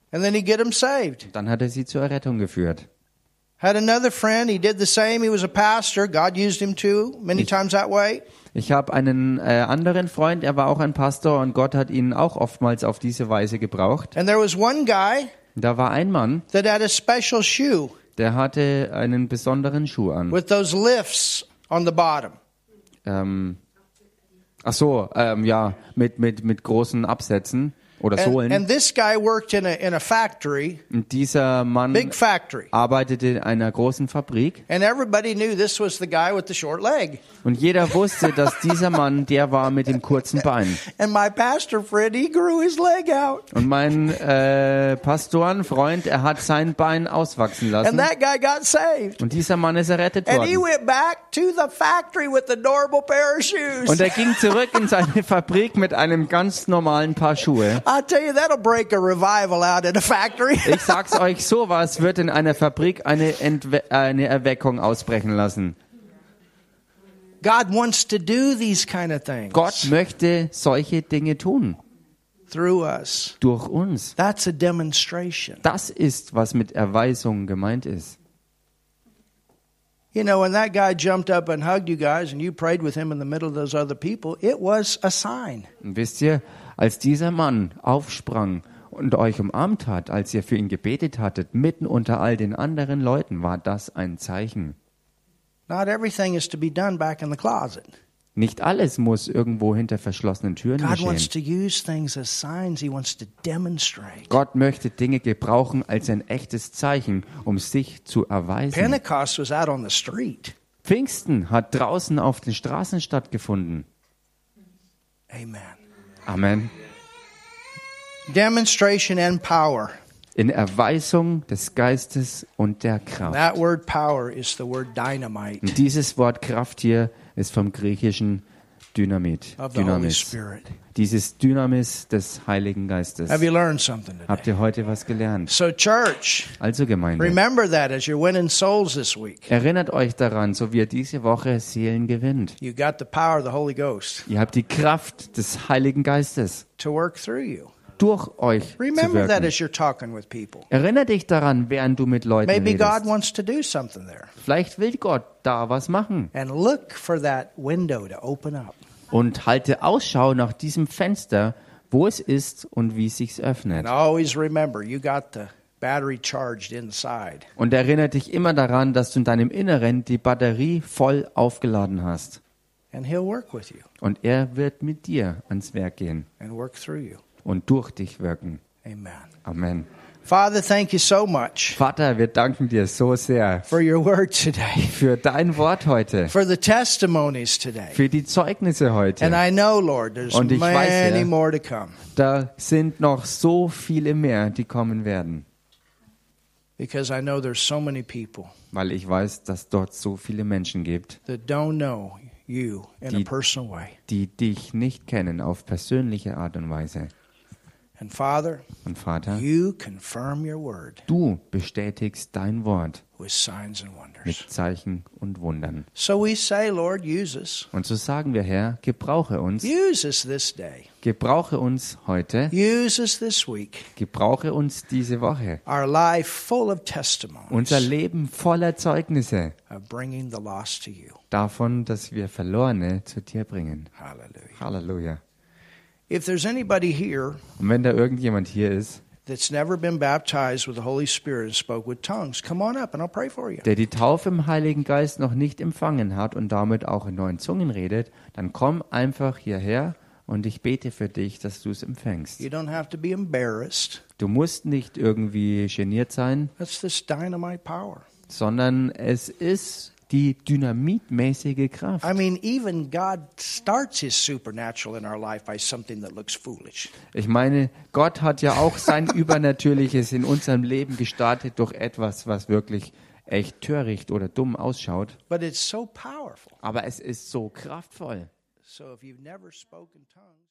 A: And then he'd get them saved.
B: Dann hat er sie zur Errettung geführt.
A: Had another friend, he did the same. He was a pastor. God used him too, many times that way.
B: Ich habe einen äh, anderen Freund, er war auch ein Pastor und Gott hat ihn auch oftmals auf diese Weise gebraucht.
A: And there was one guy
B: Da war ein Mann,
A: that had a special shoe
B: der hatte einen besonderen Schuh an.
A: with those lifts on the bottom.
B: Ähm, ach so, ähm, ja, mit, mit, mit großen Absätzen oder
A: And,
B: Sohlen.
A: and this guy worked in a, in a factory,
B: und dieser Mann
A: big factory.
B: arbeitete in einer großen Fabrik
A: And everybody knew this was the guy with the short leg.
B: und jeder wusste, dass dieser Mann der war mit dem kurzen Bein.
A: And my pastor friend, he grew his leg out.
B: Und mein äh, Pastorenfreund, er hat sein Bein auswachsen
A: And
B: lassen.
A: that guy got saved.
B: Und dieser Mann ist errettet
A: And he
B: worden.
A: went back to the factory with a normal pair of shoes.
B: Und er ging zurück in seine Fabrik mit einem ganz normalen Paar Schuhe.
A: I tell you, that'll break a revival out in a factory.
B: Ich sag's euch, sowas wird in einer Fabrik eine, Entwe eine Erweckung ausbrechen lassen.
A: God wants to do these kind of things
B: Gott möchte solche Dinge tun
A: through us.
B: durch uns.
A: That's a demonstration.
B: Das ist, was mit Erweisung gemeint ist.
A: You know, when that guy jumped up and hugged you guys and you prayed with him in the middle of those other people, it was a sign.
B: Und wisst ihr, als dieser Mann aufsprang und euch umarmt hat, als ihr für ihn gebetet hattet, mitten unter all den anderen Leuten, war das ein Zeichen.
A: Not everything is to be done back in the closet.
B: Nicht alles muss irgendwo hinter verschlossenen Türen
A: God
B: geschehen.
A: wants to use things as signs, He wants to demonstrate.
B: Gott möchte Dinge gebrauchen als ein echtes Zeichen, um sich zu erweisen.
A: Pentecost was out on the street.
B: Pfingsten hat draußen auf den Straßen stattgefunden.
A: Amen.
B: Amen.
A: Demonstration and power.
B: In Erweisung des Geistes und der Kraft.
A: That word power is the word dynamite
B: Und dieses Wort Kraft hier ist vom griechischen Dynamit.
A: of the Holy
B: Dynamis.
A: Spirit.
B: Dieses Dynamis des Heiligen Geistes.
A: Have you learned something today?
B: Habt ihr heute was gelernt?
A: So, church,
B: Also Gemeinde,
A: remember that as you're winning souls this week.
B: erinnert euch daran, so wie ihr diese Woche Seelen gewinnt.
A: You got the power of the Holy Ghost
B: Ihr habt die Kraft des Heiligen Geistes
A: to work through you.
B: durch euch zu
A: Remember that
B: wirken.
A: as you're talking with people.
B: Erinnere dich daran, während du mit Leuten
A: Maybe God
B: redest.
A: wants to do something there.
B: Vielleicht will Gott da was machen.
A: And look for that window to open up.
B: Und halte Ausschau nach diesem Fenster, wo es ist und wie es sich öffnet.
A: And always remember, you got the battery charged inside.
B: Und erinnere dich immer daran, dass du in deinem Inneren die Batterie voll aufgeladen hast.
A: And He'll work with you
B: Und er wird mit dir ans Werk gehen
A: and work through you.
B: und durch dich wirken.
A: Amen.
B: Amen.
A: Father, thank you so much
B: Vater, wir danken dir so sehr
A: for your word today,
B: für dein Wort heute,
A: for the testimonies today.
B: für die Zeugnisse
A: And
B: heute.
A: I know, Lord, there's
B: Und ich weiß,
A: many
B: ja.
A: more to come
B: Da sind noch so viele mehr, die kommen werden,
A: because I know there's so many people
B: weil ich weiß, dass dort so viele Menschen gibt,
A: that don't know you in a
B: Die-
A: personal way.
B: die dich nicht kennen auf persönliche Art und Weise.
A: And Father,
B: Und Vater,
A: you confirm your word
B: du bestätigst dein Wort
A: with signs and
B: mit
A: wonders.
B: Zeichen und Wundern.
A: So we say, Lord, use us.
B: Und so sagen wir, Herr, gebrauche uns,
A: Use us this day.
B: gebrauche uns heute,
A: Use us this week.
B: gebrauche uns diese Woche.
A: Our life full of
B: Unser
A: testimonies
B: Leben voller Zeugnisse
A: of bringing the lost to you.
B: davon, dass wir Verlorene zu dir bringen.
A: Hallelujah.
B: Halleluja.
A: If there's anybody here
B: Und wenn da irgendjemand hier ist,
A: that's never been baptized with the Holy Spirit and spoke with tongues, come on up and I'll pray for you.
B: der die Taufe im Heiligen Geist noch nicht empfangen hat und damit auch in neuen Zungen redet, dann komm einfach hierher und ich bete für dich, dass du es empfängst.
A: You don't have to be embarrassed.
B: Du musst nicht irgendwie geniert sein,
A: That's this dynamite power.
B: sondern es ist die dynamitmäßige Kraft.
A: I mean, even God starts his supernatural in our life by something that looks foolish.
B: Ich meine, Gott hat ja auch sein Übernatürliches in unserem Leben gestartet durch etwas, was wirklich echt töricht oder dumm ausschaut.
A: But it's so powerful.
B: Aber es ist so kraftvoll.
A: So if you've never spoken tongues,